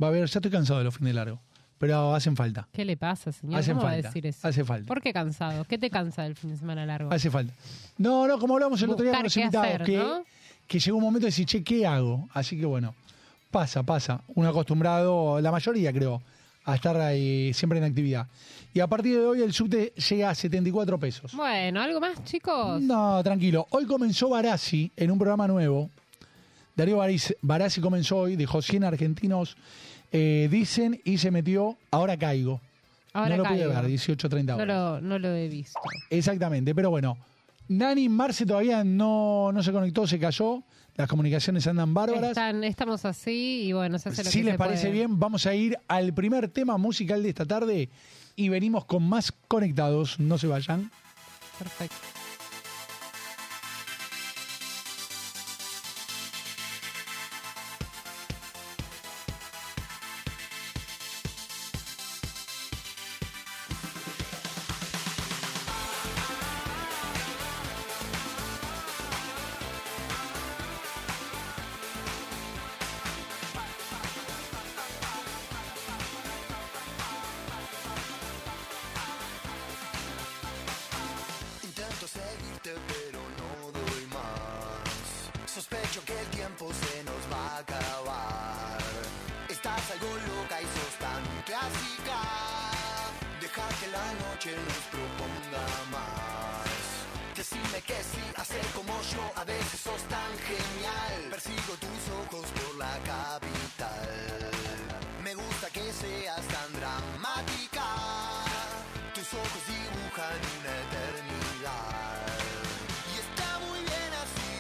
S2: Va a haber, ya estoy cansado de los fines largos, pero hacen falta.
S3: ¿Qué le pasa, señor?
S2: Hacen
S3: ¿Cómo va a
S2: falta,
S3: decir eso?
S2: hace falta.
S3: ¿Por qué cansado? ¿Qué te cansa del fin de semana largo?
S2: Hace falta. No, no, como hablamos el otro día con
S3: Buscar
S2: los
S3: qué
S2: invitados,
S3: hacer,
S2: que,
S3: ¿no?
S2: que llegó un momento de decir, che, ¿qué hago? Así que bueno, pasa, pasa. Uno acostumbrado, la mayoría creo, a estar ahí siempre en actividad. Y a partir de hoy el subte llega a 74 pesos.
S3: Bueno, ¿algo más, chicos?
S2: No, tranquilo. Hoy comenzó Barassi en un programa nuevo. Darío Baris- Barassi comenzó hoy, dejó 100 argentinos, eh, dicen, y se metió, ahora caigo.
S3: Ahora
S2: no lo
S3: caigo.
S2: pude ver, 18.30
S3: No
S2: horas.
S3: lo, no lo he visto.
S2: Exactamente, pero bueno. Nani Marce todavía no, no se conectó, se cayó. Las comunicaciones andan bárbaras.
S3: Están, estamos así y bueno, se hace lo
S2: Si
S3: que
S2: les
S3: se
S2: parece
S3: puede.
S2: bien, vamos a ir al primer tema musical de esta tarde y venimos con más conectados. No se vayan.
S3: Perfecto.
S6: Intento seguirte pero no doy más Sospecho que el tiempo se nos va a acabar Estás algo loca y sos tan clásica Deja que la noche nos proponga más Decime que sí, hacer como yo, a veces sos tan genial Persigo tus ojos por la capital Me gusta que seas tan dramática tus ojos dibujan una eternidad. Y está muy bien así,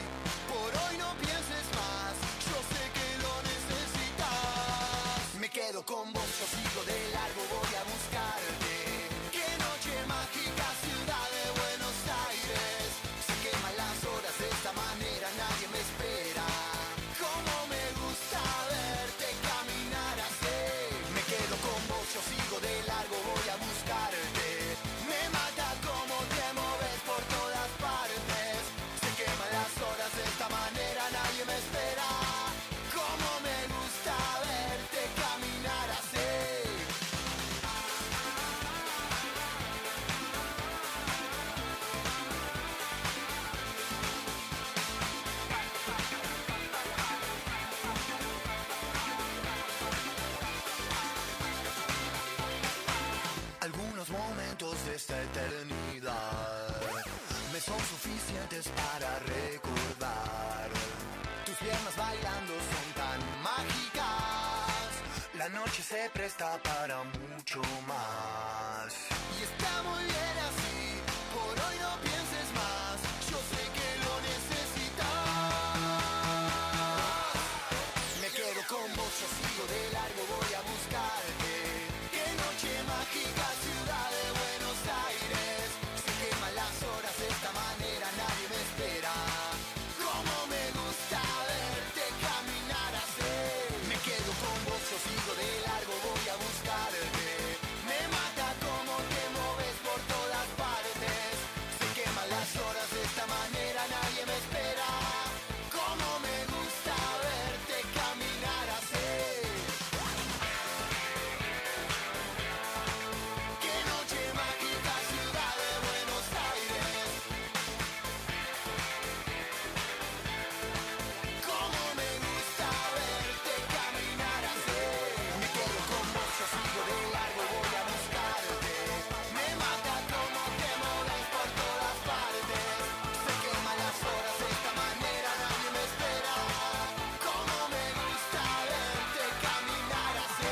S6: por hoy no pienses más, yo sé que lo necesitas. Me quedo con vos, yo sigo de largo, voy a buscarte. Qué noche mágica, ciudad de Buenos Aires. Se queman las horas de esta manera, nadie me espera. Cómo me gusta verte caminar así. Me quedo con vos, yo sigo de largo, voy a buscarte. Me son suficientes para recordar. Tus piernas bailando son tan mágicas. La noche se presta para mucho más. Y está muy bien así. Por hoy no pienses más. Yo sé que lo necesitas. Me quedo con vos, yo sigo de largo, voy a buscarte. Qué noche mágica, ciudad de Buenos Aires. Se queman las horas de esta manera, nadie me espera. Cómo me gusta verte caminar así. Me quedo con vos, yo sigo de largo, voy a buscarte. Me mata como te moves por todas partes. Se queman las horas de esta manera, nadie me espera. Cómo me gusta verte caminar así. Qué noche mágica, ciudad de Buenos Aires. Cómo me gusta verte caminar así. Me quedo con vos, yo sigo de largo, voy a buscarte. Me mata como te molas por todas partes. Se queman las horas de esta manera, nadie me espera. Cómo me gusta verte caminar así.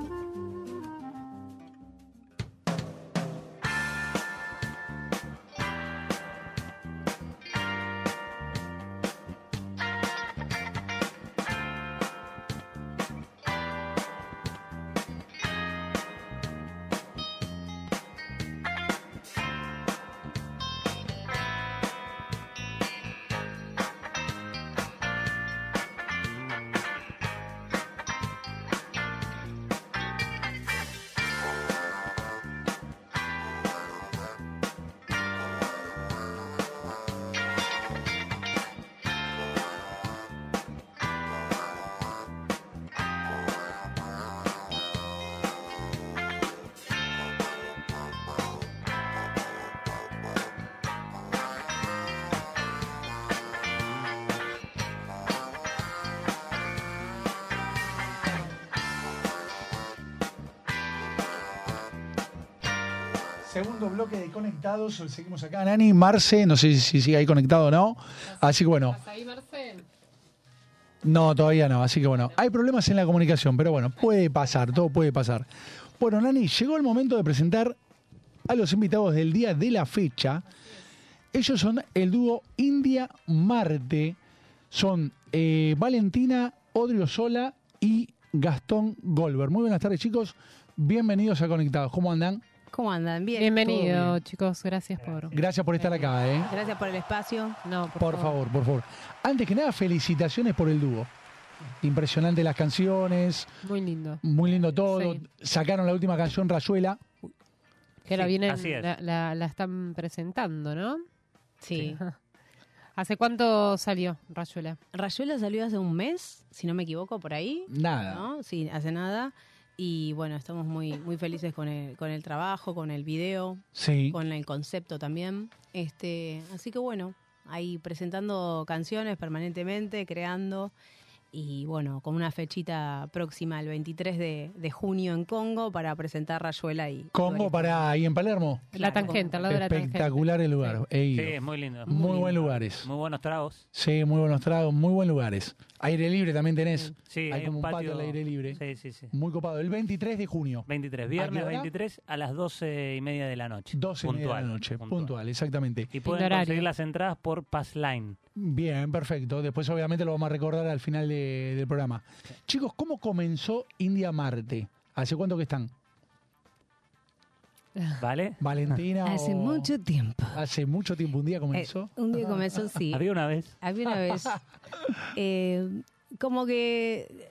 S2: Segundo bloque de Conectados, seguimos acá. Nani, Marce, no sé si sigue ahí conectado o no.
S4: Ah,
S2: Así que bueno,
S3: ¿Estás ahí, Marcel?
S2: no, todavía no. Así que bueno, hay problemas en la comunicación, pero bueno, puede pasar, todo puede pasar. Bueno, Nani, llegó el momento de presentar a los invitados del día de la fecha. Ellos son el dúo India Marte. Son eh, Valentina Odriozola y Gastón Golver. Muy buenas tardes, chicos. Bienvenidos a Conectados. ¿Cómo andan?
S7: ¿Cómo andan? Bien. todo
S3: Bienvenido,
S7: bien.
S3: chicos. Gracias por.
S2: Gracias por estar acá, ¿eh?
S7: Gracias por el espacio.
S3: No, por,
S2: Por favor, por favor. Antes que nada, felicitaciones por el dúo. Impresionante las canciones,
S3: Muy lindo.
S2: muy lindo todo.
S3: Sí.
S2: Sacaron la última canción, Rayuela.
S3: Que la
S8: Sí,
S3: vienen,
S8: así es.
S3: la, la- la están presentando, ¿no?
S7: Sí.
S3: [laughs] ¿Hace cuánto salió Rayuela?
S7: Rayuela salió hace un mes, si no me equivoco, por ahí.
S2: Nada.
S7: ¿no? Sí, hace nada. Y bueno, estamos muy, muy felices con el, con el trabajo, con el video,
S2: Sí.
S7: con el concepto también. Este, así que bueno, ahí presentando canciones permanentemente, creando. Y bueno, con una fechita próxima, el 23 de, de junio en Congo, para presentar Rayuela y.
S2: Congo
S7: Dualipa.
S2: para ahí en Palermo.
S3: La
S7: Claro.
S3: tangente, al lado de la tangente.
S2: Espectacular el lugar. He
S8: Sí,
S2: ido.
S8: es muy lindo. es
S2: Muy
S8: lindo.
S2: buen lugares.
S8: Muy buenos tragos.
S2: Sí, muy buenos tragos, muy buen lugares. Aire libre también tenés.
S8: Sí,
S2: Hay como un patio al aire libre.
S8: Sí, sí, sí.
S2: Muy copado. El 23 de junio.
S8: 23,
S2: ¿A qué
S8: viernes
S2: hora?
S8: 23 a las 12 y media de la noche.
S2: 12 y media de la noche. Puntual,
S8: puntual.
S2: exactamente.
S8: Y pueden
S3: horario.
S8: conseguir las entradas por Passline.
S2: Bien, perfecto. Después obviamente lo vamos a recordar al final de- del programa. Chicos, ¿cómo comenzó India Marte? ¿Hace cuánto que
S3: [laughs]
S2: están?
S8: ¿Vale?
S2: Valentina.
S7: [laughs] Hace
S2: o-
S7: mucho tiempo.
S2: Hace mucho tiempo, un día comenzó.
S7: Eh, un día comenzó, sí.
S8: Había una vez.
S7: Había una
S3: [laughs]
S7: vez. eh, como que.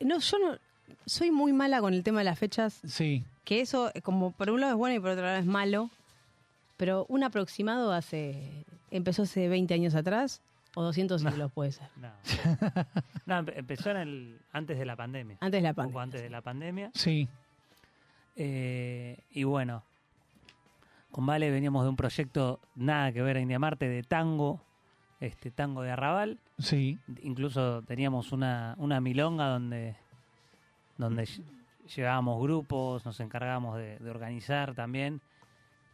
S7: No, yo no. Soy muy mala con el tema de las fechas.
S2: Sí.
S7: Que eso, eh, como por un lado es bueno y por otro lado es malo, pero un aproximado hace. empezó hace 20 años atrás o 200 siglos puede ser.
S8: No. No, empe- empezó en el, antes de la pandemia.
S7: Antes de la
S8: Un poco
S7: pandemia,
S8: antes de la pandemia.
S2: Sí.
S8: Eh, y bueno, con Vale veníamos de un proyecto nada que ver a India Marte de tango, este tango de arrabal.
S2: Sí.
S8: Incluso teníamos una, una milonga donde, donde lle- llevábamos grupos, nos encargábamos de, de organizar también.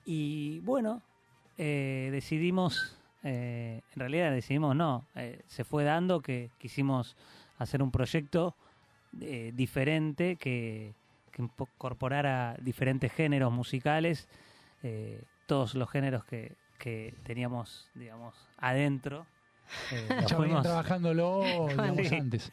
S8: Y bueno, eh, decidimos, eh, en realidad decidimos no, eh, se fue dando que quisimos hacer un proyecto eh, diferente que, que inpo- incorporara diferentes géneros musicales, eh, todos los géneros que, que teníamos, digamos, adentro.
S2: [laughs]
S8: Eh, los
S2: Ya venían
S8: fuimos- [laughs]
S2: trabajándolo digamos,
S8: Sí.
S2: antes.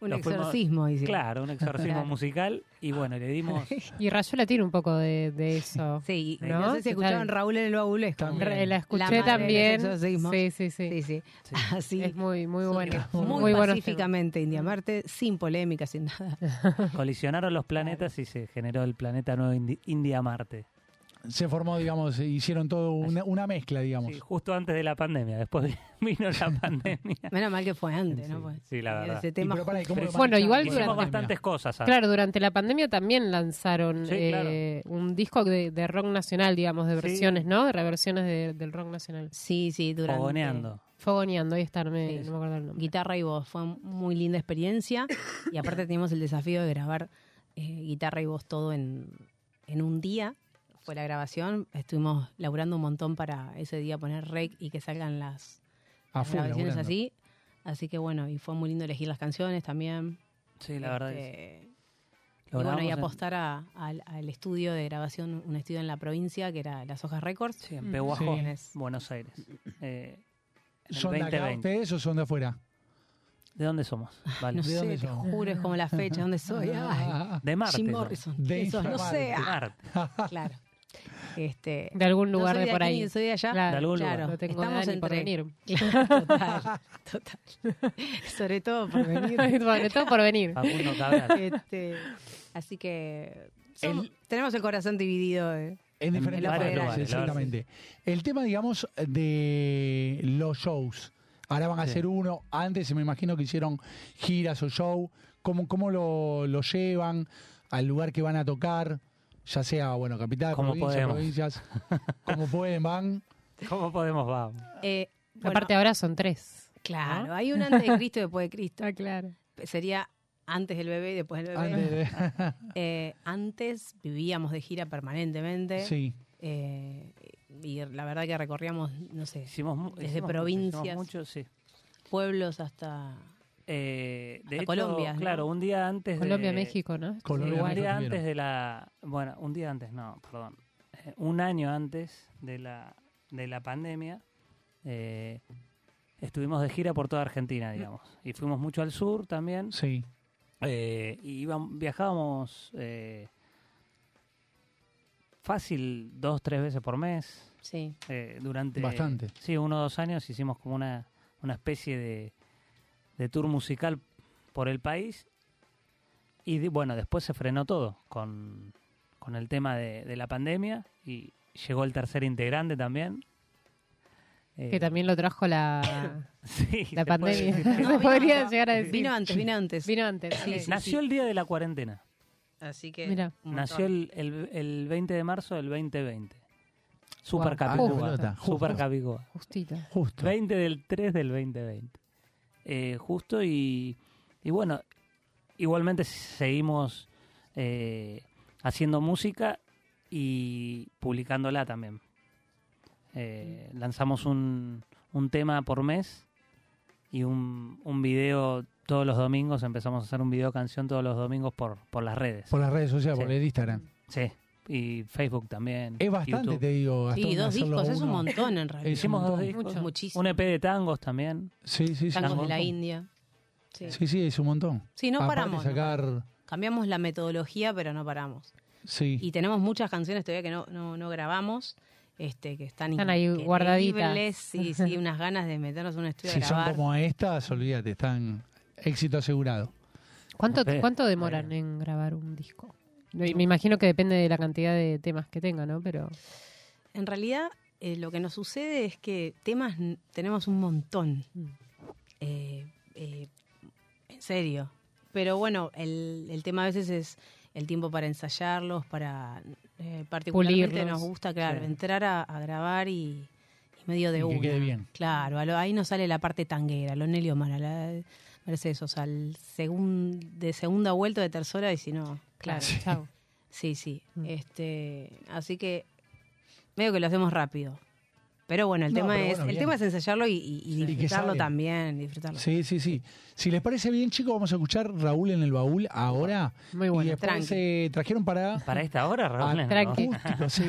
S7: Un
S8: Nos fuimos-
S7: exorcismo, dice.
S8: Claro, un exorcismo
S7: [laughs] Claro.
S8: musical y bueno, le
S7: [laughs]
S8: dimos...
S3: [laughs] Y Rayuela tiene un poco de, de eso.
S7: Sí, y
S3: ¿No?
S7: ¿no? sé si
S3: ¿Qué
S7: escucharon
S3: tal?
S7: Raúl el Baulesco.
S2: También.
S3: Re- La
S7: La
S3: escuché
S7: madre de los
S3: también.
S7: exorcismos.
S3: Sí, sí, sí.
S7: Sí, sí.
S8: Sí.
S7: [laughs] Así.
S3: Es muy, muy bueno.
S7: Muy,
S3: Muy, bueno.
S7: pacíficamente, India Marte, sin polémica, sin nada.
S3: [laughs]
S8: Colisionaron los planetas y se generó el planeta nuevo Indi- India-Marte.
S2: Se formó, digamos, se hicieron todo una, una mezcla, digamos.
S8: Sí, justo antes de la pandemia, después [laughs] vino
S7: [laughs]
S8: la pandemia.
S7: Menos mal que fue antes, ¿no?
S8: Sí,
S7: Pues,
S8: sí, la
S7: tener
S8: verdad.
S7: Ese
S2: Y,
S7: tema
S2: pero pará, ¿y cómo lo
S8: Bueno,
S2: manejaron
S3: igual
S2: la
S3: durante-
S8: Hicimos
S2: pandemia?
S8: bastantes cosas. ¿sabes?
S3: Claro, durante la pandemia también lanzaron
S8: Sí,
S3: eh, un disco de, de rock nacional, digamos, de
S8: Sí.
S3: versiones, ¿no? De reversiones de- del rock nacional.
S7: Sí, sí, durante.
S8: Fogoneando.
S3: Fogoneando, ahí está, no me,
S7: Sí.
S3: no me acuerdo el nombre.
S7: Guitarra y voz. Fue muy linda experiencia. Y aparte teníamos el desafío de grabar eh, guitarra y voz todo en, en un día. Fue la grabación. Estuvimos laburando un montón para ese día poner rec y que salgan las,
S2: A
S8: Ah,
S7: las
S2: full,
S7: grabaciones
S2: laburando.
S7: así. Así que bueno, y fue muy lindo elegir las canciones también.
S8: Sí, la verdad. que sí.
S7: Este,
S8: Lo
S7: y bueno, y
S8: grabamos en-
S7: apostar a- al, al estudio de grabación, un estudio en la provincia que era Las Hojas Records.
S8: sí, en Pehuajó,
S7: Quienes-
S8: Buenos Aires. Eh, en el
S2: ¿Son de acá
S8: 2020.
S2: ustedes o son de afuera? Ah,
S8: ¿De dónde somos? Vale.
S7: No
S2: ¿De dónde
S7: sé, te
S2: son?
S7: juro, es como la fecha,
S8: [laughs]
S7: ¿dónde soy? Ay,
S2: Ah, ah,
S8: De Marte.
S7: Jim
S8: somos.
S7: Morrison.
S2: De
S7: Esos, no sé.
S8: De
S7: ah,
S8: Marte.
S2: [laughs]
S7: [laughs] claro. Este,
S3: De algún
S7: no
S3: lugar
S7: soy
S3: de por
S7: aquí
S3: ahí.
S7: ni soy de allá.
S3: Claro,
S8: De algún
S7: claro.
S8: lugar.
S3: No tengo
S7: Estamos
S3: edad ni por
S7: entre-
S3: venir.
S7: [laughs] Total,
S3: [laughs]
S7: total. Sobre todo por venir.
S3: Sobre todo por venir.
S8: Facundo Cabral.
S7: Este, así que
S2: El-
S7: somos- tenemos el corazón dividido. eh.
S2: En diferentes lugares,
S7: varios
S8: lugares, la verdad.
S2: exactamente. El tema, digamos, de los shows. Ahora van a
S8: Sí.
S2: hacer uno. Antes me imagino que hicieron giras o show. ¿Cómo, cómo lo, lo llevan al lugar que van a tocar? Ya sea, bueno, capital,
S8: Como
S2: provincia,
S8: podemos.
S2: provincias. Como pueden, van.
S8: [laughs] ¿Cómo podemos? Va.
S7: Eh, bueno,
S3: Aparte ahora son tres.
S7: claro, hay
S3: [laughs]
S7: un antes de Cristo y después de Cristo.
S3: Está claro.
S7: sería antes del bebé y después del bebé.
S2: Ah, Antes
S7: Antes,
S2: de-
S7: [laughs] antes vivíamos de gira permanentemente.
S2: sí.
S7: eh, y la verdad que recorríamos, no sé,
S8: Hicimos, mu-
S7: Desde
S8: hicimos mucho,
S7: provincias.
S8: hicimos mucho, sí.
S7: pueblos hasta.
S8: Eh, de
S7: Hasta
S8: hecho,
S7: Colombia, ¿no?
S8: Claro, un día antes
S3: Colombia,
S8: de...
S3: México, ¿no?
S2: Colombia,
S8: un
S2: Uruguay.
S8: día
S2: México.
S8: antes de la. Bueno, un día antes, no, perdón. Eh, un año antes de la, de la pandemia, eh, estuvimos de gira por toda Argentina, digamos. Y fuimos mucho al sur también.
S2: Mm. Sí.
S8: Eh, y íbam- viajábamos eh, fácil dos, tres veces por mes.
S7: Sí.
S8: eh, durante.
S2: Bastante.
S8: Sí, uno o dos años hicimos como una, una especie de, de tour musical por el país. Y de- bueno, después se frenó todo con, con el tema de, de la pandemia y llegó el tercer integrante también. Eh,
S3: Que también lo trajo la,
S8: [laughs] sí,
S3: la
S8: se puede
S3: pandemia. [laughs]
S8: decir.
S3: Se
S8: Ah,
S3: podría llegar a decir.
S7: Vino antes, vino antes.
S3: Vino antes.
S7: Sí,
S3: ok.
S7: sí.
S8: Nació el día de la cuarentena.
S7: Así que.
S3: Mira.
S7: un montón.
S8: Nació el, el, el 20 de marzo del 2020. Super
S3: Guau.
S8: Capicúa.
S2: Ah, justo.
S8: Super
S2: Justo.
S8: Capicúa.
S3: Justito.
S2: Justo.
S8: 20 del 3 del 2020. Eh, justo y, y bueno, igualmente seguimos eh, haciendo música y publicándola también. Eh,
S2: Mm.
S8: lanzamos un, un tema por mes y un, un video todos los domingos. Empezamos a hacer un video canción todos los domingos por, por las redes.
S2: Por las redes sociales,
S8: Sí.
S2: por el Instagram.
S8: Sí, y Facebook también.
S2: Es bastante,
S8: YouTube.
S2: te digo, Gastón,
S7: Sí, dos
S2: hacerlo
S7: discos, es un
S2: uno. [laughs]
S7: montón en realidad.
S2: Es un
S8: Hicimos dos
S2: montón.
S8: discos.
S7: Mucho. Muchísimo.
S8: Un EP de tangos también.
S2: Sí, sí, sí.
S7: Tangos
S8: un
S7: de la
S8: montón.
S7: India. Sí,
S2: Sí, sí, es un montón.
S7: Sí, no
S2: Aparte
S7: paramos. no
S2: sacar...
S7: paramos. Cambiamos la metodología, pero no paramos.
S2: Sí.
S7: Y tenemos muchas canciones todavía que no, no, no grabamos. Este, que están,
S3: Están ahí
S7: increíbles,
S3: guardaditas.
S7: Y
S3: [laughs]
S7: sí, unas ganas de meternos en un estudio
S2: Si
S7: a
S2: son
S7: grabar.
S2: como estas, olvídate, están éxito asegurado.
S3: ¿Cuánto,
S8: Espera,
S3: ¿Cuánto demoran
S8: espera.
S3: en grabar un disco? Y Me imagino que depende de la cantidad de temas que tenga, ¿no? Pero
S7: En realidad, eh, lo que nos sucede es que temas n- tenemos un montón.
S3: Mm.
S7: Eh, eh, en serio. Pero bueno, el, el tema a veces es el tiempo para ensayarlos, para eh, particularmente
S3: Pulirlos.
S7: nos gusta, claro,
S3: Sí.
S7: entrar a, a grabar y, y medio de
S2: Y que
S7: una.
S2: quede bien.
S7: Claro, a lo- ahí nos sale la parte tanguera, lo Nelly Omar, a la Mercedes Sosa, al segun- de segunda vuelta, de tercera, y si no, claro.
S3: claro,
S2: [laughs]
S3: chau.
S7: Sí, sí.
S2: Mm.
S7: Este, así que medio que lo hacemos rápido. Pero bueno, el
S2: No,
S7: tema
S2: pero
S7: es
S2: bueno,
S7: el
S2: bien.
S7: tema es ensayarlo y, y- y
S2: que
S7: disfrutarlo
S2: salga.
S7: también, disfrutarlo.
S2: Sí, sí, sí. Si les parece bien, chicos, vamos a escuchar Raúl en el baúl ahora.
S3: Muy
S2: y
S3: bueno.
S2: después
S7: tranqui.
S2: se trajeron para
S9: Para esta hora, Raúl. ¿no?
S3: Ah, tranqui.
S2: acústicos,
S3: [laughs]
S2: sí.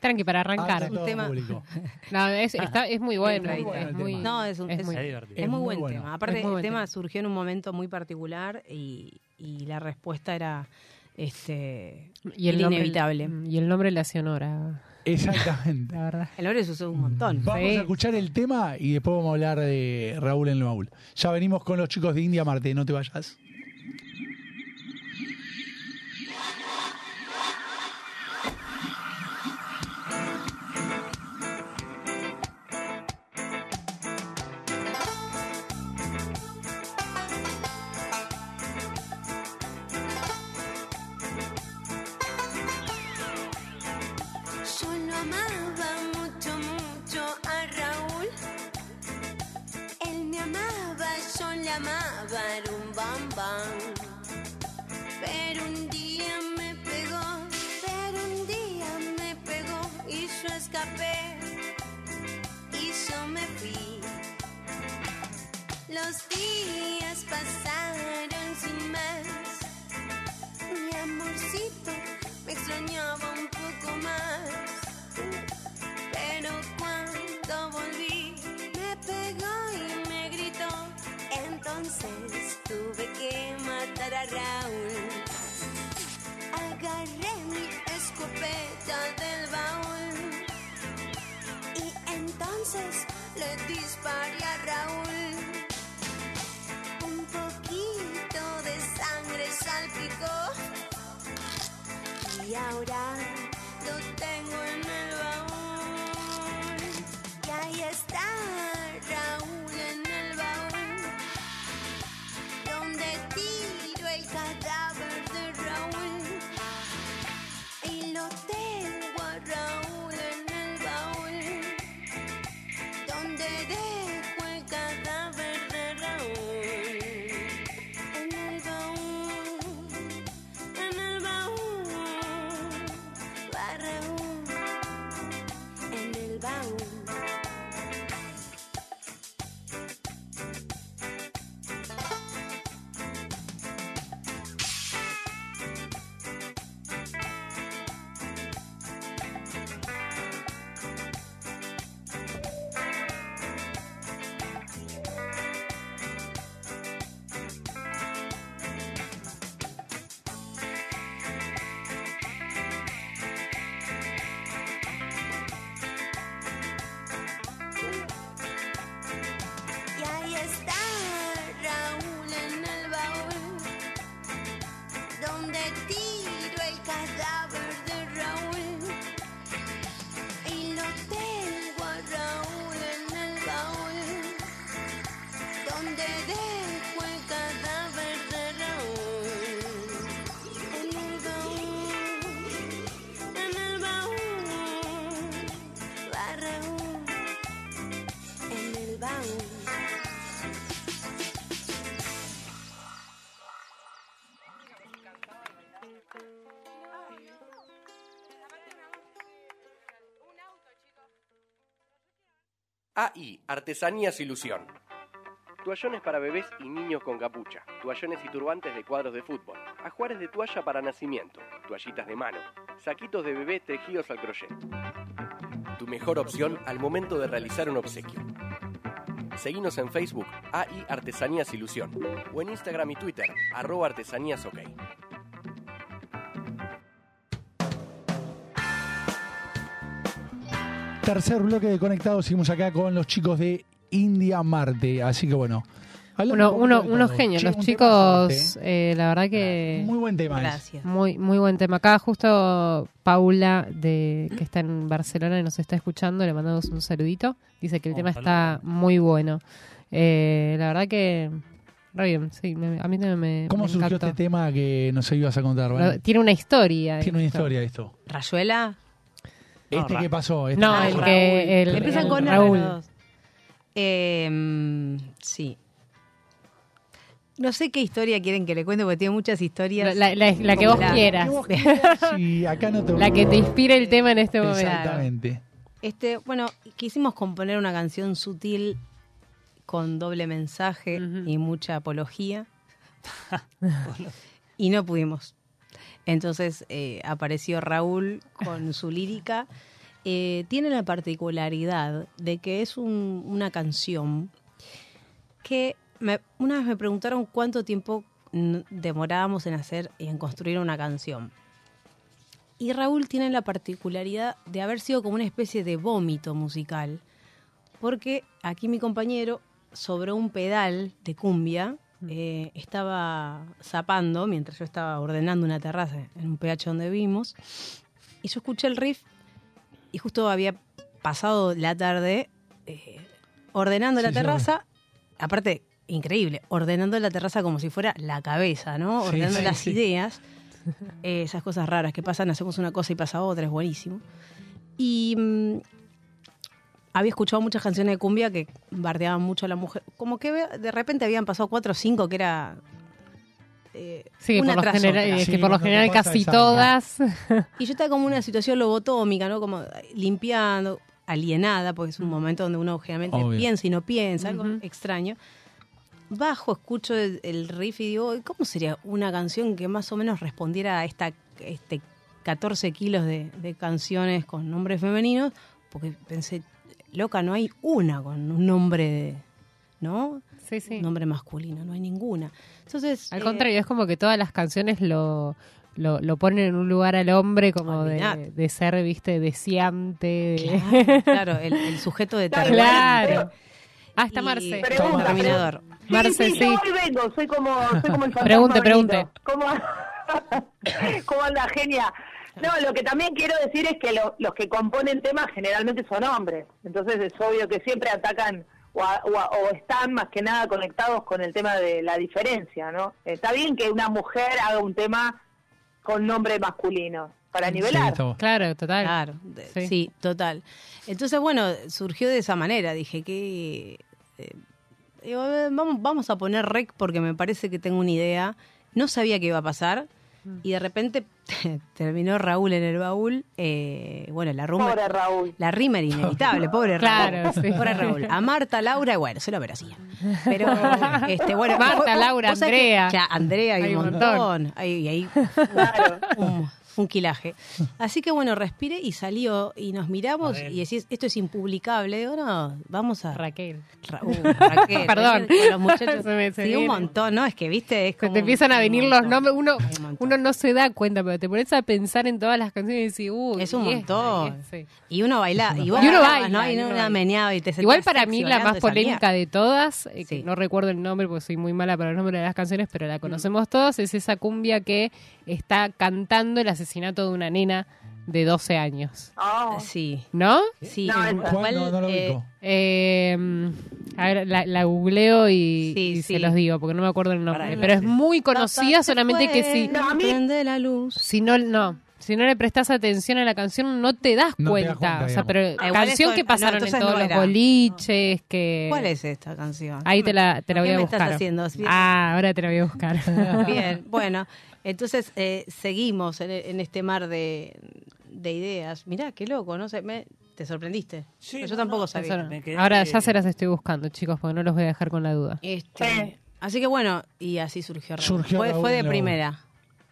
S3: Tranqui, para
S2: Ahora
S3: arrancar.
S2: todo
S7: tema.
S2: público.
S3: No, es, está- es muy bueno.
S7: Muy
S2: bueno
S3: es
S2: el
S3: muy-
S2: tema.
S7: No, es un- es-
S3: muy-
S9: Es divertido.
S7: Es, muy, buen
S2: bueno.
S7: tema. Aparte,
S3: Es muy
S7: el
S3: buen
S7: tema
S3: tema.
S7: surgió en un momento muy particular y, y la respuesta era este
S3: y el nombre-
S7: inevitable.
S3: y el nombre le hace honor a-
S2: Exactamente.
S3: la verdad.
S7: El nombre sucedió un montón.
S2: Vamos
S3: Sí.
S2: a escuchar el tema y después vamos a hablar de Raúl en el baúl. Ya venimos con los chicos de India Marte, no te vayas.
S10: Yo lo amaba mucho, mucho a Raúl. Él me amaba, yo le amaba, era un bambán. Pero un día me pegó, pero un día me pegó y yo escapé y yo me fui. Los días pasaron sin más. Mi amorcito me extrañaba un poco más. Pero cuando volví, me pegó y me gritó. Entonces tuve que matar a Raúl. Agarré mi escopeta del baúl. Y entonces le disparé a Raúl. Un poquito de sangre salpicó y ahora lo tengo en el baúl. Y ahí está Raúl en el baúl, donde tiro el cadáver de Raúl. Y lo tengo a Raúl en el baúl donde dejo el cadáver de Raúl. En el baúl, en el baúl, va Raúl, en el baúl. Y ahí está Raúl en el baúl, donde tiro el cadáver de Raúl. Y lo tengo a Raúl en el baúl, donde dejo el cadáver de Raúl. En el baúl, en el baúl, va Raúl, en el baúl.
S11: AI, Artesanías Ilusión. Toallones para bebés y niños con capucha. Toallones y turbantes de cuadros de fútbol. Ajuares de toalla para nacimiento. Toallitas de mano. Saquitos de bebé tejidos al crochet. Tu mejor opción al momento de realizar un obsequio. Seguinos en Facebook AI Artesanías Ilusión o en Instagram y Twitter arroba artesanías ok.
S2: Tercer bloque de Conectados, seguimos acá con los chicos de India Marte. Así que bueno, Hablando un
S3: Uno-
S2: poco
S3: uno-
S2: de
S3: unos
S2: todo.
S3: genios,
S2: Che,
S3: los
S2: un temazo
S3: chicos,
S2: este,
S3: eh, la verdad que...
S2: ¿eh? Muy buen tema. ese.
S7: Gracias.
S3: Muy, muy buen tema. Acá justo Paula, de, que está en Barcelona y nos está escuchando, le mandamos un saludito. Dice que el
S8: Oh,
S3: tema
S8: saludo.
S3: está muy bueno. Eh, la verdad que... Re bien, sí, me- a mí también me
S2: ¿Cómo
S3: me
S2: surgió
S3: encantó.
S2: este tema que nos ibas a contar?
S3: Lo-
S2: Valen?
S3: Tiene una historia.
S2: Tiene una
S3: esto.
S2: historia esto.
S7: ¿Rayuela?
S8: No,
S2: ¿Este
S8: Ra-
S2: qué pasó? Este-
S3: No,
S7: Ah,
S3: el
S7: Raúl.
S3: que... el-
S7: Empiezan
S3: el
S7: con R
S3: Raúl.
S7: los dos. Eh, mm, sí. No sé qué historia quieren que le cuente porque tiene muchas historias.
S3: La, la- la que vos
S7: La-
S3: quieras.
S2: ¿Qué vos
S3: [laughs]
S2: querés? Sí, acá no te
S3: La que te inspire el tema en este momento.
S2: Exactamente.
S7: Este, bueno, quisimos componer una canción sutil con doble mensaje
S3: Ujú.
S7: y mucha apología. [laughs] y no pudimos. Entonces eh, apareció Raúl con su lírica. Eh, tiene la particularidad de que es un- una canción que me- una vez me preguntaron cuánto tiempo mm, demorábamos en hacer y en construir una canción. Y Raúl tiene la particularidad de haber sido como una especie de vómito musical, porque aquí mi compañero sobre un pedal de cumbia eh, estaba zapando mientras yo estaba ordenando una terraza en un PH donde vivimos, y yo escuché el riff y justo había pasado la tarde eh, ordenando
S2: Sí,
S7: la
S2: sí,
S7: terraza, aparte increíble, ordenando la terraza como si fuera la cabeza, ¿no?
S2: Sí,
S7: Ordenando
S2: sí,
S7: las
S2: sí.
S7: ideas eh, esas cosas raras que pasan, hacemos una cosa y pasa otra, es buenísimo. Y mm, había escuchado muchas canciones de cumbia que bardeaban mucho a la mujer. Como que ve- de repente habían pasado cuatro o cinco que era... eh,
S3: Sí, que
S7: una
S3: por lo
S7: tras
S3: general,
S7: otra.
S3: es que
S2: Sí,
S3: por
S2: cuando
S3: lo
S2: te
S3: general
S2: pasa
S3: casi
S2: esa-
S3: todas.
S7: Y yo estaba como en una situación lobotómica, ¿no? Como eh, limpiando, alienada, porque es un momento donde uno generalmente
S2: Obvio.
S7: piensa y no piensa,
S3: Ujú.
S7: algo extraño. Bajo, escucho el, el riff y digo, ¿cómo sería una canción que más o menos respondiera a esta, este 14 kilos de, de canciones con nombres femeninos? Porque pensé, loca, no hay una con un nombre de, ¿no?
S3: Sí, sí.
S7: Nombre masculino, no hay ninguna. Entonces,
S3: Al
S7: eh,
S3: contrario, es como que todas las canciones lo, lo, lo ponen en un lugar al hombre como de,
S7: Olvidate.
S3: de ser, viste, deseante. de-
S7: claro, claro, el, el sujeto de
S5: Claro.
S3: Claro. Hasta
S7: Y-
S3: Ah, Marce.
S5: Pregunta.
S7: Terminador.
S3: Marce,
S5: yo
S3: sí.
S5: hoy vengo, soy como, soy como el fantasma
S3: Pregunte,
S5: Benito.
S3: pregunte.
S5: ¿Cómo, [laughs] ¿Cómo anda, genia? No, lo que también quiero decir es que lo- los que componen temas generalmente son hombres. Entonces es obvio que siempre atacan o, a- o a- o están más que nada conectados con el tema de la diferencia, ¿no? Está bien que una mujer haga un tema con nombre masculino para
S2: Sí,
S5: nivelar.
S2: está bueno.
S3: Claro, total.
S7: Claro, de-
S3: Sí.
S7: sí. total. Entonces, bueno, surgió de esa manera. Dije que. eh, digo, eh, vamos, vamos a poner rec porque me parece que tengo una idea. No sabía qué iba a pasar.
S3: Mm.
S7: Y de repente [laughs] terminó Raúl en el baúl. eh, bueno, la rumba.
S5: Pobre Raúl.
S7: La rima era inevitable, pobre Raúl.
S3: Claro, sí.
S7: Pobre Raúl. A Marta, Laura, y bueno, se lo merecía.
S3: [laughs]
S7: Pero, este, bueno.
S3: Marta,
S7: vos- vos-
S3: Laura,
S7: vos sabés que-
S3: Andrea.
S7: Claro, Andrea, hay,
S3: Hay un
S7: un
S3: montón.
S7: montón. Hay, hay
S5: Claro.
S7: un, un quilaje. Así que, bueno, respire y salió. Y nos miramos
S8: Joder.
S7: y decís, esto es impublicable. Digo, no, vamos a.
S3: Raquel.
S7: Raúl,
S3: [laughs]
S7: Raquel,
S3: Perdón.
S7: Raquel, Los
S3: [laughs]
S7: muchachos.
S3: Se me- se
S7: sí,
S3: viene.
S7: un montón, ¿no? Es que, viste, es
S3: Se
S7: como.
S3: te empiezan a
S7: un
S3: venir los
S7: montón.
S3: nombres. Uno,
S7: Hay un montón.
S3: uno no se da cuenta, pero te pones a pensar en todas las canciones y decís, uy.
S7: Es un
S3: y esta,
S7: montón.
S3: y esta, sí.
S7: Y uno baila. Y, vos
S3: Y uno
S7: bailabas,
S3: baila,
S7: ¿no?
S3: y
S7: Y
S3: uno
S7: una
S3: baila.
S7: meneada y te sentabas
S3: Igual para
S7: sexy
S3: mí la
S7: bailando
S3: más
S7: esa mierda.
S3: polémica de todas, eh, que
S7: Sí. Mm.
S3: no recuerdo el nombre porque soy muy mala para el nombre de las canciones, pero la conocemos todos, es esa cumbia que está cantando el asesinato de una nena de 12 años.
S5: Oh.
S7: Sí,
S3: ¿no?
S7: sí.
S5: No, esa.
S2: ¿Cuál? No, no lo
S7: eh,
S2: ubico.
S3: Eh, a ver, la, la googleo y,
S7: Sí,
S3: y se
S7: sí.
S3: los digo, porque no me acuerdo el nombre.
S8: Pará,
S3: pero es muy conocida,
S7: Papá se
S3: solamente que
S7: fue,
S3: si,
S5: No, a mí-
S7: prende la luz.
S3: si no, no. Si no le prestas atención a la canción, no te das
S2: No te
S3: cuenta.
S2: das cuenta,
S3: o sea,
S2: digamos.
S3: pero
S7: Ah, igual
S3: canción
S7: eso-
S3: que
S7: no,
S3: pasaron en
S7: entonces
S3: todos
S7: no
S3: los
S7: era.
S3: boliches, que...
S7: ¿Cuál es esta canción?
S3: Eh, Ahí te la, te la voy
S7: ¿Qué
S3: a
S7: me
S3: buscar.
S7: estás haciendo? Bien.
S3: Ah, ahora te la voy a buscar.
S7: [laughs] Bien, bueno, entonces eh, seguimos en, en este mar de, de ideas. Mirá, qué loco, no sé, me- te sorprendiste.
S8: Sí,
S7: Pero
S8: no,
S7: yo tampoco
S8: no,
S7: sabía.
S3: Eso no.
S8: Me quedé-
S3: Ahora ya se las estoy buscando, chicos, porque no los voy a dejar con la duda.
S7: Este,
S5: Sí.
S7: Así que bueno, y así surgió. Raúl.
S2: Surgió
S7: fue,
S2: Raúl
S7: fue
S2: en
S7: de
S2: la U.
S7: primera,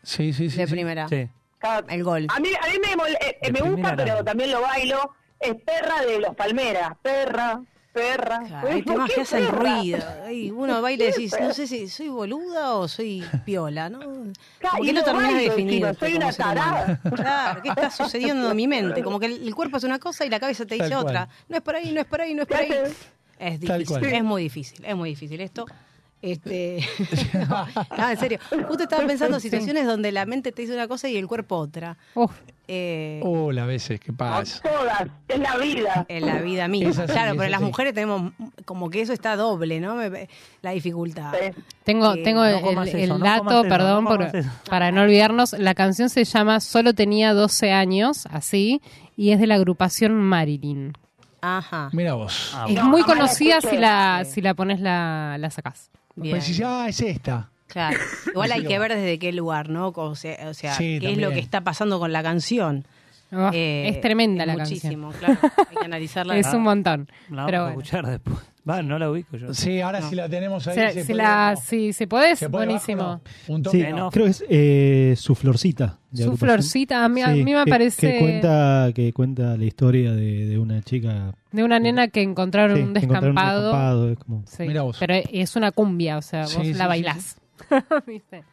S2: Sí, sí, sí.
S7: de
S2: sí.
S7: primera.
S8: Sí.
S5: Claro.
S7: El gol.
S5: A mí, a mí me, mol- eh,
S8: De
S5: eh, me gusta,
S8: primera
S5: pero
S8: no.
S5: también lo bailo. Es perra de los palmeras. Perra, perra.
S7: Claro, Hay temas
S5: ¿Qué
S7: que hacen
S5: perra?
S7: ruido. Ay, uno baila y decís, no sé si soy boluda o soy piola, ¿no?
S5: Claro,
S7: Como
S5: y
S7: que no
S5: lo
S7: terminás de
S5: bailo
S7: definir.
S5: encima,
S7: usted
S5: soy
S7: como
S5: una
S7: ser humano.
S5: tarada.
S7: [laughs] Claro, ¿qué está sucediendo en mi mente? Como que el, el cuerpo es una cosa y la cabeza te
S2: Tal
S7: dice
S2: cual.
S7: otra. No es por ahí, no es por ahí, no es por ahí.
S5: Claro.
S7: Es
S2: Tal
S7: difícil,
S2: cual.
S7: es muy difícil, es muy difícil esto. Este,
S2: [laughs]
S7: [laughs] no, no, en serio. Justo estaba pensando situaciones donde la mente te dice una cosa y el cuerpo otra.
S3: Uf,
S7: Eh,
S2: Hola, a Oh, veces, ¿qué pasa?
S5: Todas, es la vida.
S7: en la vida misma.
S2: Es así,
S7: claro,
S2: es
S7: pero las
S2: así.
S7: mujeres tenemos como que eso está doble, ¿no? Me- La dificultad.
S5: Sí.
S3: tengo,
S7: Eh,
S3: tengo
S7: no
S3: el,
S8: comas
S3: el
S8: eso, no
S3: dato,
S8: comas eso,
S3: perdón,
S8: no
S3: por-
S8: comas eso.
S3: para no olvidarnos, la canción se llama Solo tenía 12 años, así, y es de la agrupación Marilyn.
S7: Ajá.
S2: Mira vos.
S8: Ah,
S3: Es
S8: bueno.
S3: muy
S5: jamás la
S3: conocida si
S5: escuché.
S3: la,
S7: Sí.
S3: si la pones, Ah, la, la sacás.
S7: Bien.
S2: Pues decís, ah, es esta.
S7: Claro. Igual hay
S2: Sí,
S7: que
S2: no.
S7: ver desde qué lugar, ¿no? O sea, o sea,
S2: Sí,
S7: qué es lo
S2: también.
S7: que está pasando con la canción.
S3: Ah,
S7: Eh,
S3: es tremenda la
S7: muchísimo, claro. Hay que analizarla.
S3: canción. [laughs] Es
S8: Ah.
S3: un montón.
S8: La vamos
S3: Pero
S8: a
S3: bueno.
S8: escuchar después. Va, no la ubico yo.
S2: Sí, ahora sí la tenemos ahí.
S3: Se-
S2: ¿se
S3: si
S2: puede
S3: la,
S2: o no?
S3: si, si podés,
S2: ¿Se puede
S3: buenísimo.
S2: bajo o no? Un toque.
S4: Sí,
S8: no.
S4: creo que es eh, su florcita. de
S3: Su
S4: agrupación.
S3: florcita, a mí, a
S4: Sí,
S3: mí me
S4: que-
S3: parece
S4: Que cuenta, que cuenta la historia de, de una chica.
S3: de una nena que encontraron
S4: sí,
S3: un
S4: que encontraron en
S3: descampado.
S4: descampado, es como-
S3: Sí,
S2: Mirá vos.
S3: Pero es una cumbia, o sea, vos
S2: Sí, sí,
S3: la
S2: sí,
S8: [laughs]
S3: bailás. ¿Viste?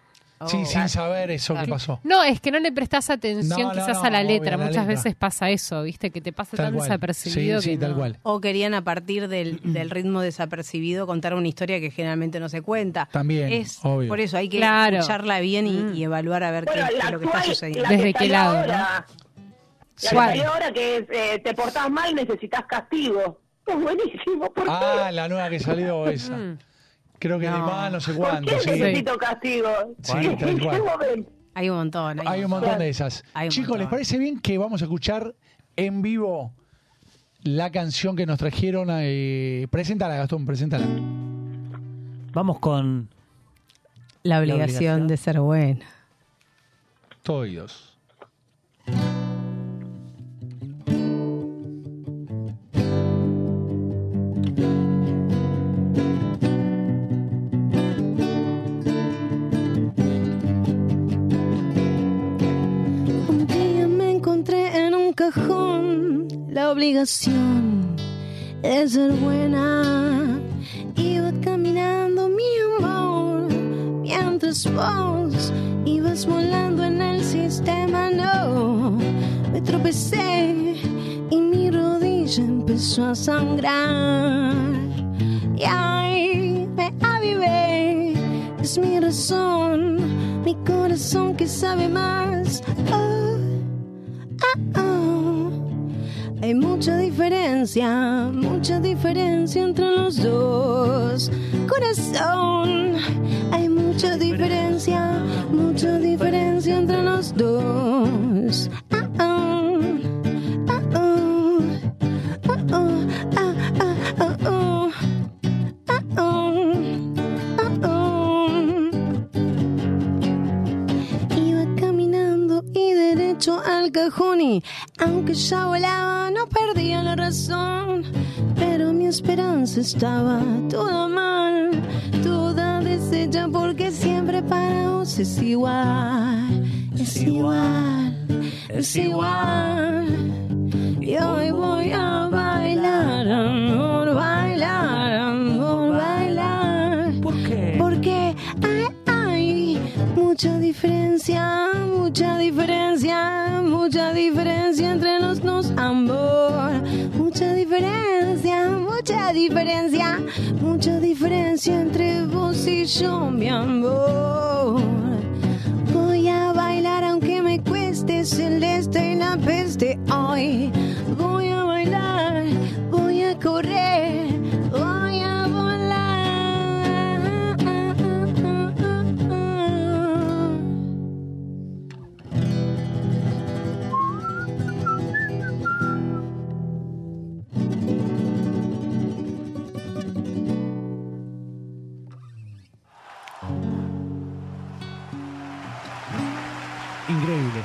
S7: Oh.
S2: Sí, sin saber eso que pasó.
S3: No, es que no le prestás atención
S2: No, no,
S3: quizás
S2: no,
S3: a la
S2: obvio,
S3: letra.
S2: la letra.
S3: Muchas veces pasa eso, ¿viste? Que te pasa
S2: Tal
S3: tan
S2: cual.
S3: desapercibido
S2: Sí, sí,
S3: que
S2: tal
S3: no.
S2: cual.
S7: O querían a partir del, del ritmo desapercibido contar una historia que generalmente no se cuenta.
S2: También,
S7: Es,
S2: obvio.
S7: Por eso hay que
S3: Claro.
S7: escucharla bien y,
S3: Mm.
S7: y evaluar a ver qué,
S5: Bueno,
S7: qué
S5: la
S7: es lo que está
S5: actual,
S7: sucediendo.
S5: la que
S3: ¿Desde qué
S5: salió
S3: lado,
S5: ahora, La que
S3: ¿Cuál?
S5: salió ahora que es, eh, te portás mal, necesitas castigo. Es buenísimo, ¿por qué?
S2: Ah, la nueva que salió esa.
S3: [laughs] Mm.
S2: Creo que de
S7: No.
S2: más no sé
S5: ¿Por
S2: cuánto.
S5: qué
S2: Sí.
S5: necesito castigo?
S2: Sí,
S5: ¿En [laughs]
S2: tal
S5: qué
S2: cual.
S5: momento?
S7: Hay un montón. Hay,
S2: Hay un montón de esas.
S7: Hay un
S2: Chicos,
S7: montón.
S2: ¿les parece bien que vamos a escuchar en vivo la canción que nos trajeron? Eh, preséntala, Gastón, preséntala.
S8: Vamos con
S7: La
S8: obligación
S7: obligación de ser buena.
S2: Todo oídos.
S10: Un día me encontré en un cajón la obligación de ser buena. Iba caminando mi amor, mientras vos ibas volando en el sistema. No, me tropecé y mi rodilla empezó a sangrar. Y ahí me avivé, es mi razón, mi corazón que sabe más. Oh, ah, oh. Hay mucha diferencia, mucha diferencia entre los dos. Corazón, hay mucha diferencia, mucha diferencia entre los dos. Ah, ah, ah, ah. Ah, ah, ah, ah, ah, ah. Ah, ah, ah, ah. Iba caminando y derecho al cajón y aunque ya volaba no perdía la razón pero mi esperanza estaba toda mal toda deshecha porque siempre para vos es igual es igual es igual y hoy voy a bailar, amor, bailar, amor, bailar.
S8: ¿Por qué?
S10: Porque hay, hay mucha diferencia, mucha diferencia, mucha diferencia entre los dos, amor. Mucha diferencia, mucha diferencia, mucha diferencia entre vos y yo, mi amor. Voy a bailar aunque me cueste celeste y la peste hoy. Voy a bailar, voy a correr, voy a volar.
S2: Increíble.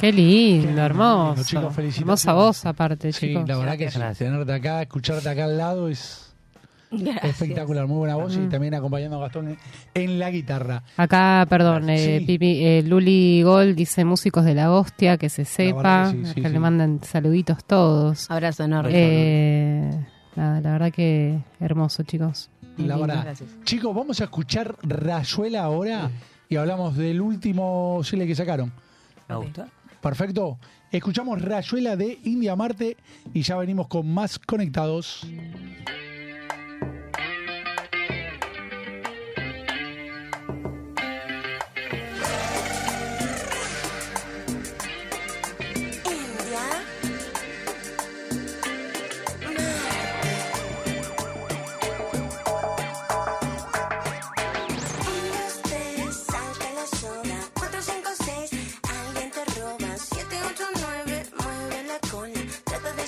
S3: Qué lindo, hermoso.
S2: lindo, chicos, felicitaciones.
S3: Hermosa voz aparte,
S2: Sí,
S3: chicos.
S2: la verdad que sí.
S8: Gracias.
S2: Tenerte acá, escucharte acá al lado es espectacular. Muy buena voz y también acompañando a Gastón en, en la guitarra.
S3: Acá, perdón, eh,
S2: Sí.
S3: Pipi, eh, Luli Gold dice músicos de la hostia, que se
S2: verdad
S3: sepa,
S2: que sí, sí,
S3: que
S2: sí.
S3: le mandan saluditos todos.
S7: Abrazo enorme.
S3: Eh, nada, la verdad que hermoso, chicos.
S2: La
S7: Lindo,
S2: verdad.
S7: gracias.
S2: Chicos, vamos a escuchar Rayuela ahora y hablamos del último single que sacaron.
S8: Me gusta.
S2: Perfecto. Escuchamos Rayuela de India Marte y ya venimos con más conectados.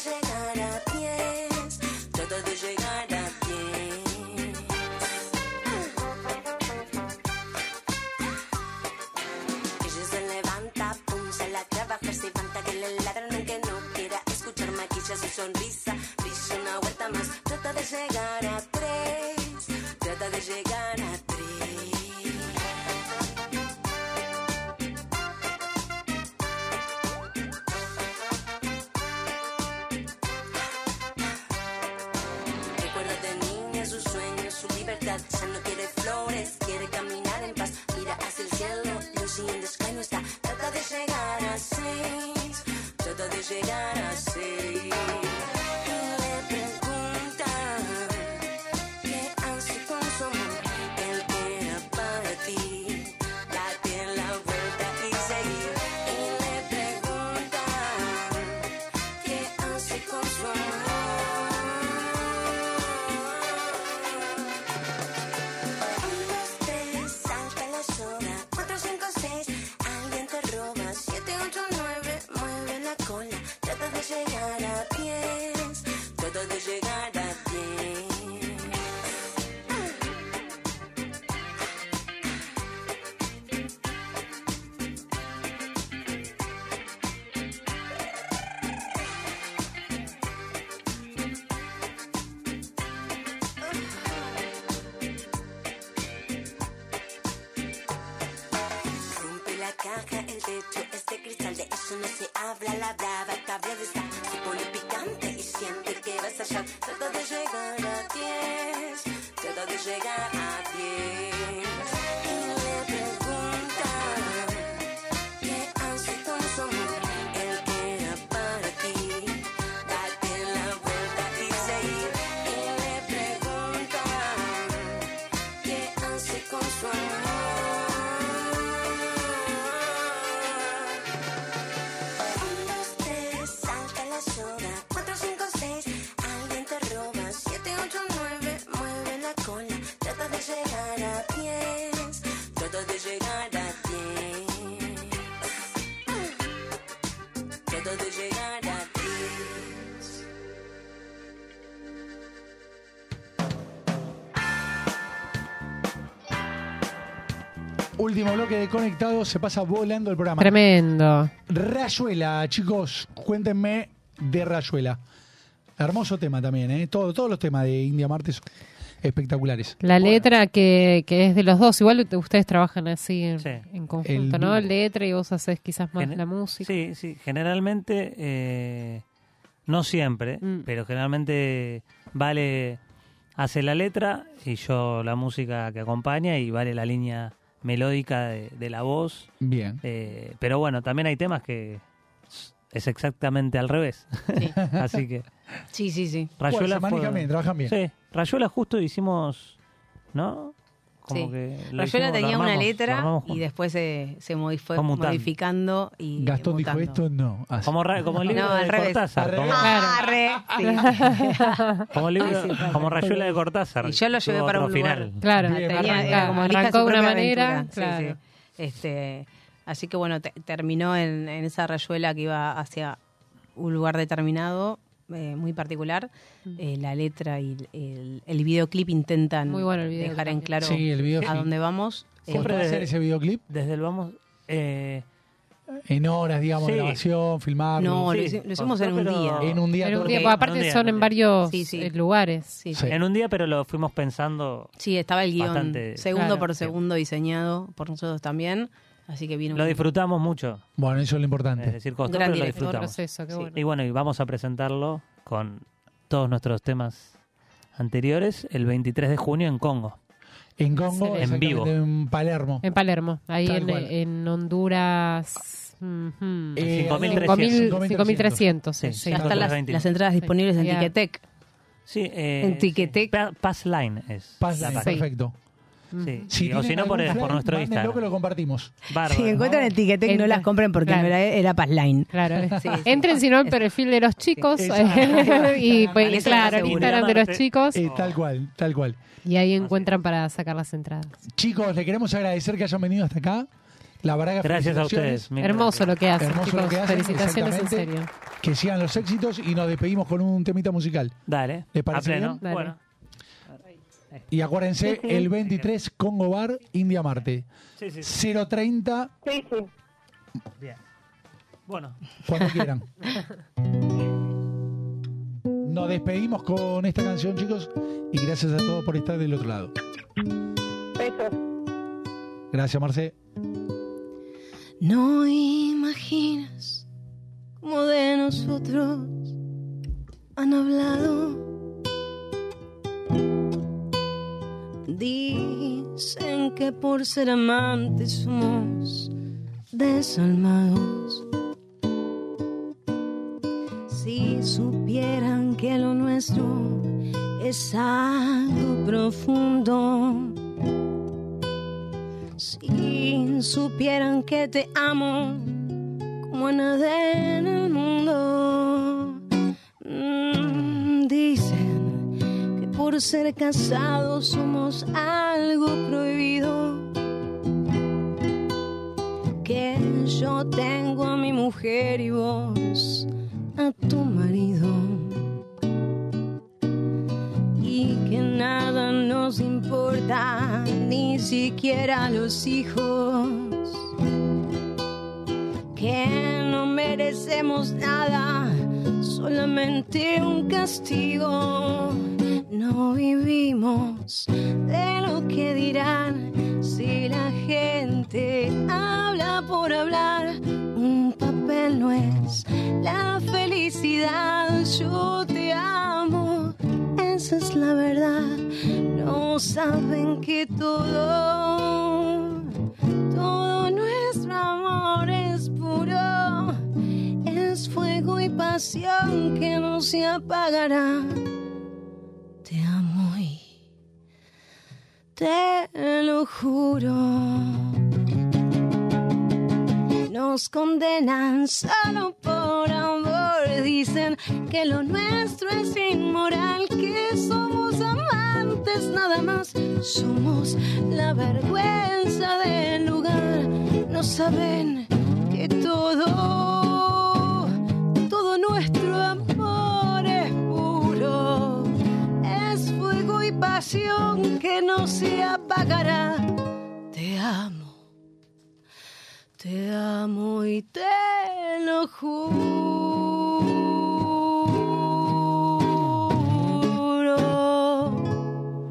S10: llegar a pies, trata de llegar a pies. Ella se levanta, pum, sale a trabajar, se levanta que le ladran aunque no quiera escuchar, maquilla su sonrisa, brilla una vuelta más, trata de llegar a tres, trata de llegar a tres. Recuerda de niña sus sueños, su libertad. Ya no quiere flores, quiere caminar en paz. Mira hacia el cielo, Lucy in the sky no está. Trata de llegar a seis, trata de llegar a seis. Y le pregunta qué hace con su amor. Él era para ti. Date la vuelta y seguir. Y le pregunta qué hace con su amor. Un, dos, tres, salta la soga. Cuatro, cinco, seis, alguien te roba. Siete, ocho, nueve, mueve la cola. Trata de llegar a diez. Trata de llegar a diez. Rompe la caja, el techo es de cristal, de eso no se habla, la brava tabla de estar. Se pone picante y siente que vas allá. Trata de llegar a 10, trata de llegar a 10. Y le pregunta, ¿qué hace con su amor? Él queda para ti. Date la vuelta y seguir. Y le pregunta, ¿qué hace con su amor? Un, dos, tres, salta la soga. Cuatro, cinco, seis, alguien te roba. Siete, ocho, nueve, mueve la cola. Trata de llegar a diez. Trata de llegar a diez. Trata de llegar a diez.
S2: Último bloque de Conectados, se pasa volando el programa.
S3: Tremendo.
S2: Rayuela, chicos, cuéntenme de Rayuela. Hermoso tema también, ¿eh? Todo- todos los temas de India Martes son espectaculares.
S3: La letra que, que es de los dos, igual te- ustedes trabajan así en,
S8: Sí.
S3: en conjunto,
S2: El dúo.
S3: ¿no? Letra y vos haces quizás más
S8: Gene-
S3: la música.
S8: Sí, sí, generalmente, eh, no siempre,
S3: Mm.
S8: pero generalmente Vale hace la letra y yo la música que acompaña y Vale la línea melódica de, de la voz.
S2: Bien.
S8: Eh, pero bueno, también hay temas que es exactamente al revés.
S7: Sí.
S8: [laughs] Así que
S7: Sí, sí, sí.
S8: Rayuela fue-
S2: Manicamen, trabajan bien.
S8: Sí, Rayuela justo hicimos, ¿no? Como
S7: Sí.
S8: que lo
S7: Rayuela
S8: hicimos, lo
S7: tenía una
S8: armamos, lo
S7: letra
S8: armamos
S7: y
S8: juntos.
S7: después se, se modi- fue
S8: Fue mutando.
S7: modificando
S8: [laughs]
S7: y
S2: Gastón
S7: mutando.
S2: dijo esto, no. así.
S8: Como, ra- como el libro
S7: No, al
S8: de
S7: revés.
S8: Cortázar.
S2: Al
S8: como-
S2: revés.
S7: Arre, sí.
S8: Como, libro- como Rayuela de Cortázar.
S7: Y yo lo llevé
S8: tuvo
S7: para
S8: otro
S7: un
S8: final.
S7: lugar.
S3: Claro,
S2: Bien,
S7: Tenía-
S3: arranca-
S7: era como elija
S3: arrancó de
S7: su
S3: una
S7: propia
S3: manera.
S7: aventura. Sí,
S3: claro.
S7: sí. Este, así que bueno, te- terminó en, en esa rayuela que iba hacia un lugar determinado, eh, muy particular.
S3: Mm.
S7: Eh, la letra y el, el- el videoclip intentan
S3: Muy bueno el video
S7: dejar en
S3: también.
S7: claro
S2: Sí, el video
S7: a
S2: sí.
S7: dónde vamos. Eh,
S2: ¿Costó
S8: Siempre
S2: hacer
S8: de-
S2: ese videoclip?
S8: Desde el vamos. eh,
S2: En horas, digamos,
S8: Sí.
S2: grabación, filmarlo.
S7: No, lo
S8: sí,
S7: hici- lo hicimos
S8: costó,
S7: en un
S8: pero-
S7: día.
S2: En un día.
S3: Pero un
S2: todo-
S3: día, porque
S7: Ok.
S8: En un
S3: aparte
S8: día,
S3: son
S8: en
S3: en
S8: un
S3: varios
S7: Sí, sí.
S3: eh, lugares.
S7: sí,
S2: Sí.
S8: En un día, pero lo fuimos pensando.
S7: Sí, estaba el guión
S8: Bastante,
S7: segundo
S3: claro,
S7: por
S8: sí.
S7: segundo diseñado por nosotros también, así que vino
S8: Lo
S7: un-
S8: disfrutamos mucho.
S2: Bueno, eso es lo
S8: Es
S2: importante.
S8: decir, costó,
S7: gran
S8: pero lo
S7: director,
S3: Todo el
S8: disfrutamos.
S3: proceso, qué
S7: Sí.
S3: bueno.
S8: Y bueno, y vamos a presentarlo con todos nuestros temas anteriores el 23 de junio en Congo.
S2: En Congo,
S3: Excelente.
S8: En vivo.
S2: exactamente, en Palermo.
S3: En Palermo, ahí
S2: Tal
S3: en,
S2: cual.
S3: en Honduras. ujú.
S2: Eh,
S8: 5.300.
S3: 5.000, 5.300. Sí,
S8: Sí,
S3: sí.
S7: Ya están las,
S8: 22.
S7: las entradas disponibles en
S3: Ya.
S7: Ticketek.
S8: Sí, eh,
S7: En Tiquetec. Mm.
S8: Pa- Pass Line es.
S2: Pasa,
S8: la
S3: Sí.
S8: página.
S2: perfecto.
S8: Sí. Y- o
S2: tienen
S8: si no, por,
S2: algún
S8: por
S2: plan,
S8: nuestro
S2: mándenlo que lo
S8: Instagram.
S2: compartimos.
S8: Bárbaro.
S7: si encuentran en Ticketek, no
S3: Entra-
S7: las compren porque
S3: claro.
S7: no era, era Passline.
S3: Claro.
S7: [laughs] Sí, sí.
S3: Entren si no al
S7: Es-
S3: perfil de los chicos eh,
S2: Sí.
S3: [laughs] y pues,
S7: Eso es
S3: claro, el
S7: seguro.
S3: Instagram de los chicos
S7: oh.
S2: Eh, tal cual, tal cual.
S7: Ah,
S3: y ahí encuentran para sacar las entradas.
S2: Chicos, le queremos agradecer que hayan venido hasta acá. La Braga,
S8: Gracias a
S2: felicitaciones.
S8: ustedes. mil
S3: Hermoso
S8: gracias.
S3: lo que hacen,
S2: Hermoso
S3: chicos.
S2: lo que hacen,
S3: Felicitaciones en
S2: exactamente.
S3: serio.
S2: Que sigan los éxitos y nos despedimos con un temita musical.
S8: Dale.
S2: ¿Les parece
S8: a pleno.
S2: bien?
S3: Dale.
S8: Bueno,
S2: Y acuérdense,
S5: Sí, sí.
S2: el 23, Congo Bar, India Marte.
S8: sí, sí, sí.
S2: 030,
S5: Sí, sí.
S8: Bien. Bueno,
S2: cuando
S8: [laughs]
S2: quieran. Nos despedimos con esta canción, chicos, y gracias a todos por estar del otro lado.
S5: Besos.
S2: Gracias, Marce.
S10: No imaginas cómo de nosotros han hablado. Dicen que por ser amantes somos desalmados. Si supieran que lo nuestro es algo profundo. Si supieran que te amo como a nadie en el mundo, Mm, dicen que por ser casados somos algo prohibido. Que yo tengo a mi mujer y vos a tu marido. Y que nada nos importa, ni siquiera los hijos. Que no merecemos nada, solamente un castigo. No vivimos de lo que dirán si la gente habla por hablar. Un papel no es la felicidad, yo te amo. Esa es la verdad, no saben que todo, todo nuestro amor es puro, es fuego y pasión que no se apagará. Te amo y te lo juro. Nos condenan solo por amor. Dicen que lo nuestro es inmoral, que somos amantes nada más. Somos la vergüenza del lugar. No saben que todo, todo nuestro amor es puro. Es fuego y pasión que no se apagará. Te amo. Te amo y te lo juro.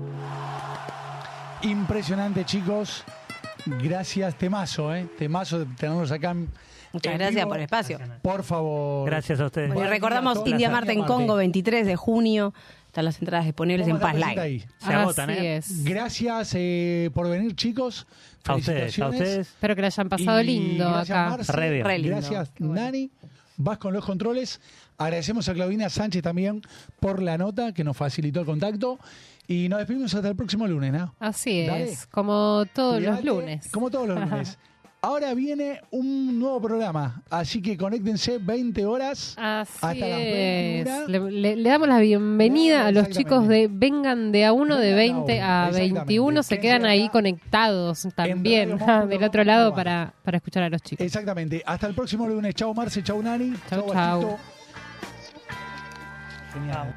S2: Impresionante, chicos. Gracias, temazo, ¿eh? Temazo de tenernos acá. en-
S7: Muchas
S2: en
S7: gracias
S2: vivo.
S7: por el espacio.
S2: Por favor.
S8: gracias a ustedes.
S7: Bueno, y
S2: Buen día a
S7: recordamos
S2: todas.
S7: India Marte en
S2: India Marte.
S7: Congo, 23 de junio. Están las entradas disponibles en
S2: Vamos a dar
S7: Paz Live.
S2: cosita ahí.
S8: Se agotan,
S3: Así
S8: ¿eh?
S3: es.
S2: Gracias eh, por venir, chicos.
S8: A ustedes, a
S2: Felicitaciones.
S8: ustedes.
S3: Espero que le hayan pasado
S2: Y
S3: lindo
S2: gracias,
S3: acá.
S2: Marce.
S8: Re bien.
S7: Re lindo.
S2: Gracias,
S3: Qué bueno.
S2: Nani. Vas con los controles. Agradecemos a Claudina Sánchez también por la nota que nos facilitó el contacto. Y nos despedimos hasta el próximo lunes, ¿no?
S3: Así es,
S2: Dale.
S3: como todos los
S2: Cuídate,
S3: lunes.
S2: Como todos
S3: [laughs]
S2: los lunes. Ahora viene un nuevo programa, así que conéctense 20 horas.
S3: Así
S2: Hasta las
S3: es.
S2: 21.
S3: Le, le- le damos la bienvenida a los
S2: Exactamente.
S3: chicos de Vengan de a uno de
S2: Vengan de a uno,
S3: 20 a
S2: exactamente.
S3: 21. Se
S2: Quédense
S3: quedan ahí
S2: acá
S3: conectados también [laughs]
S2: Radio Monk.
S3: del otro lado
S2: Bueno.
S3: para, para escuchar a los chicos.
S2: Exactamente. Hasta el próximo lunes. Chau Marce, chau Nani.
S3: Chau,
S2: Gastito.
S3: chau.
S2: Genial.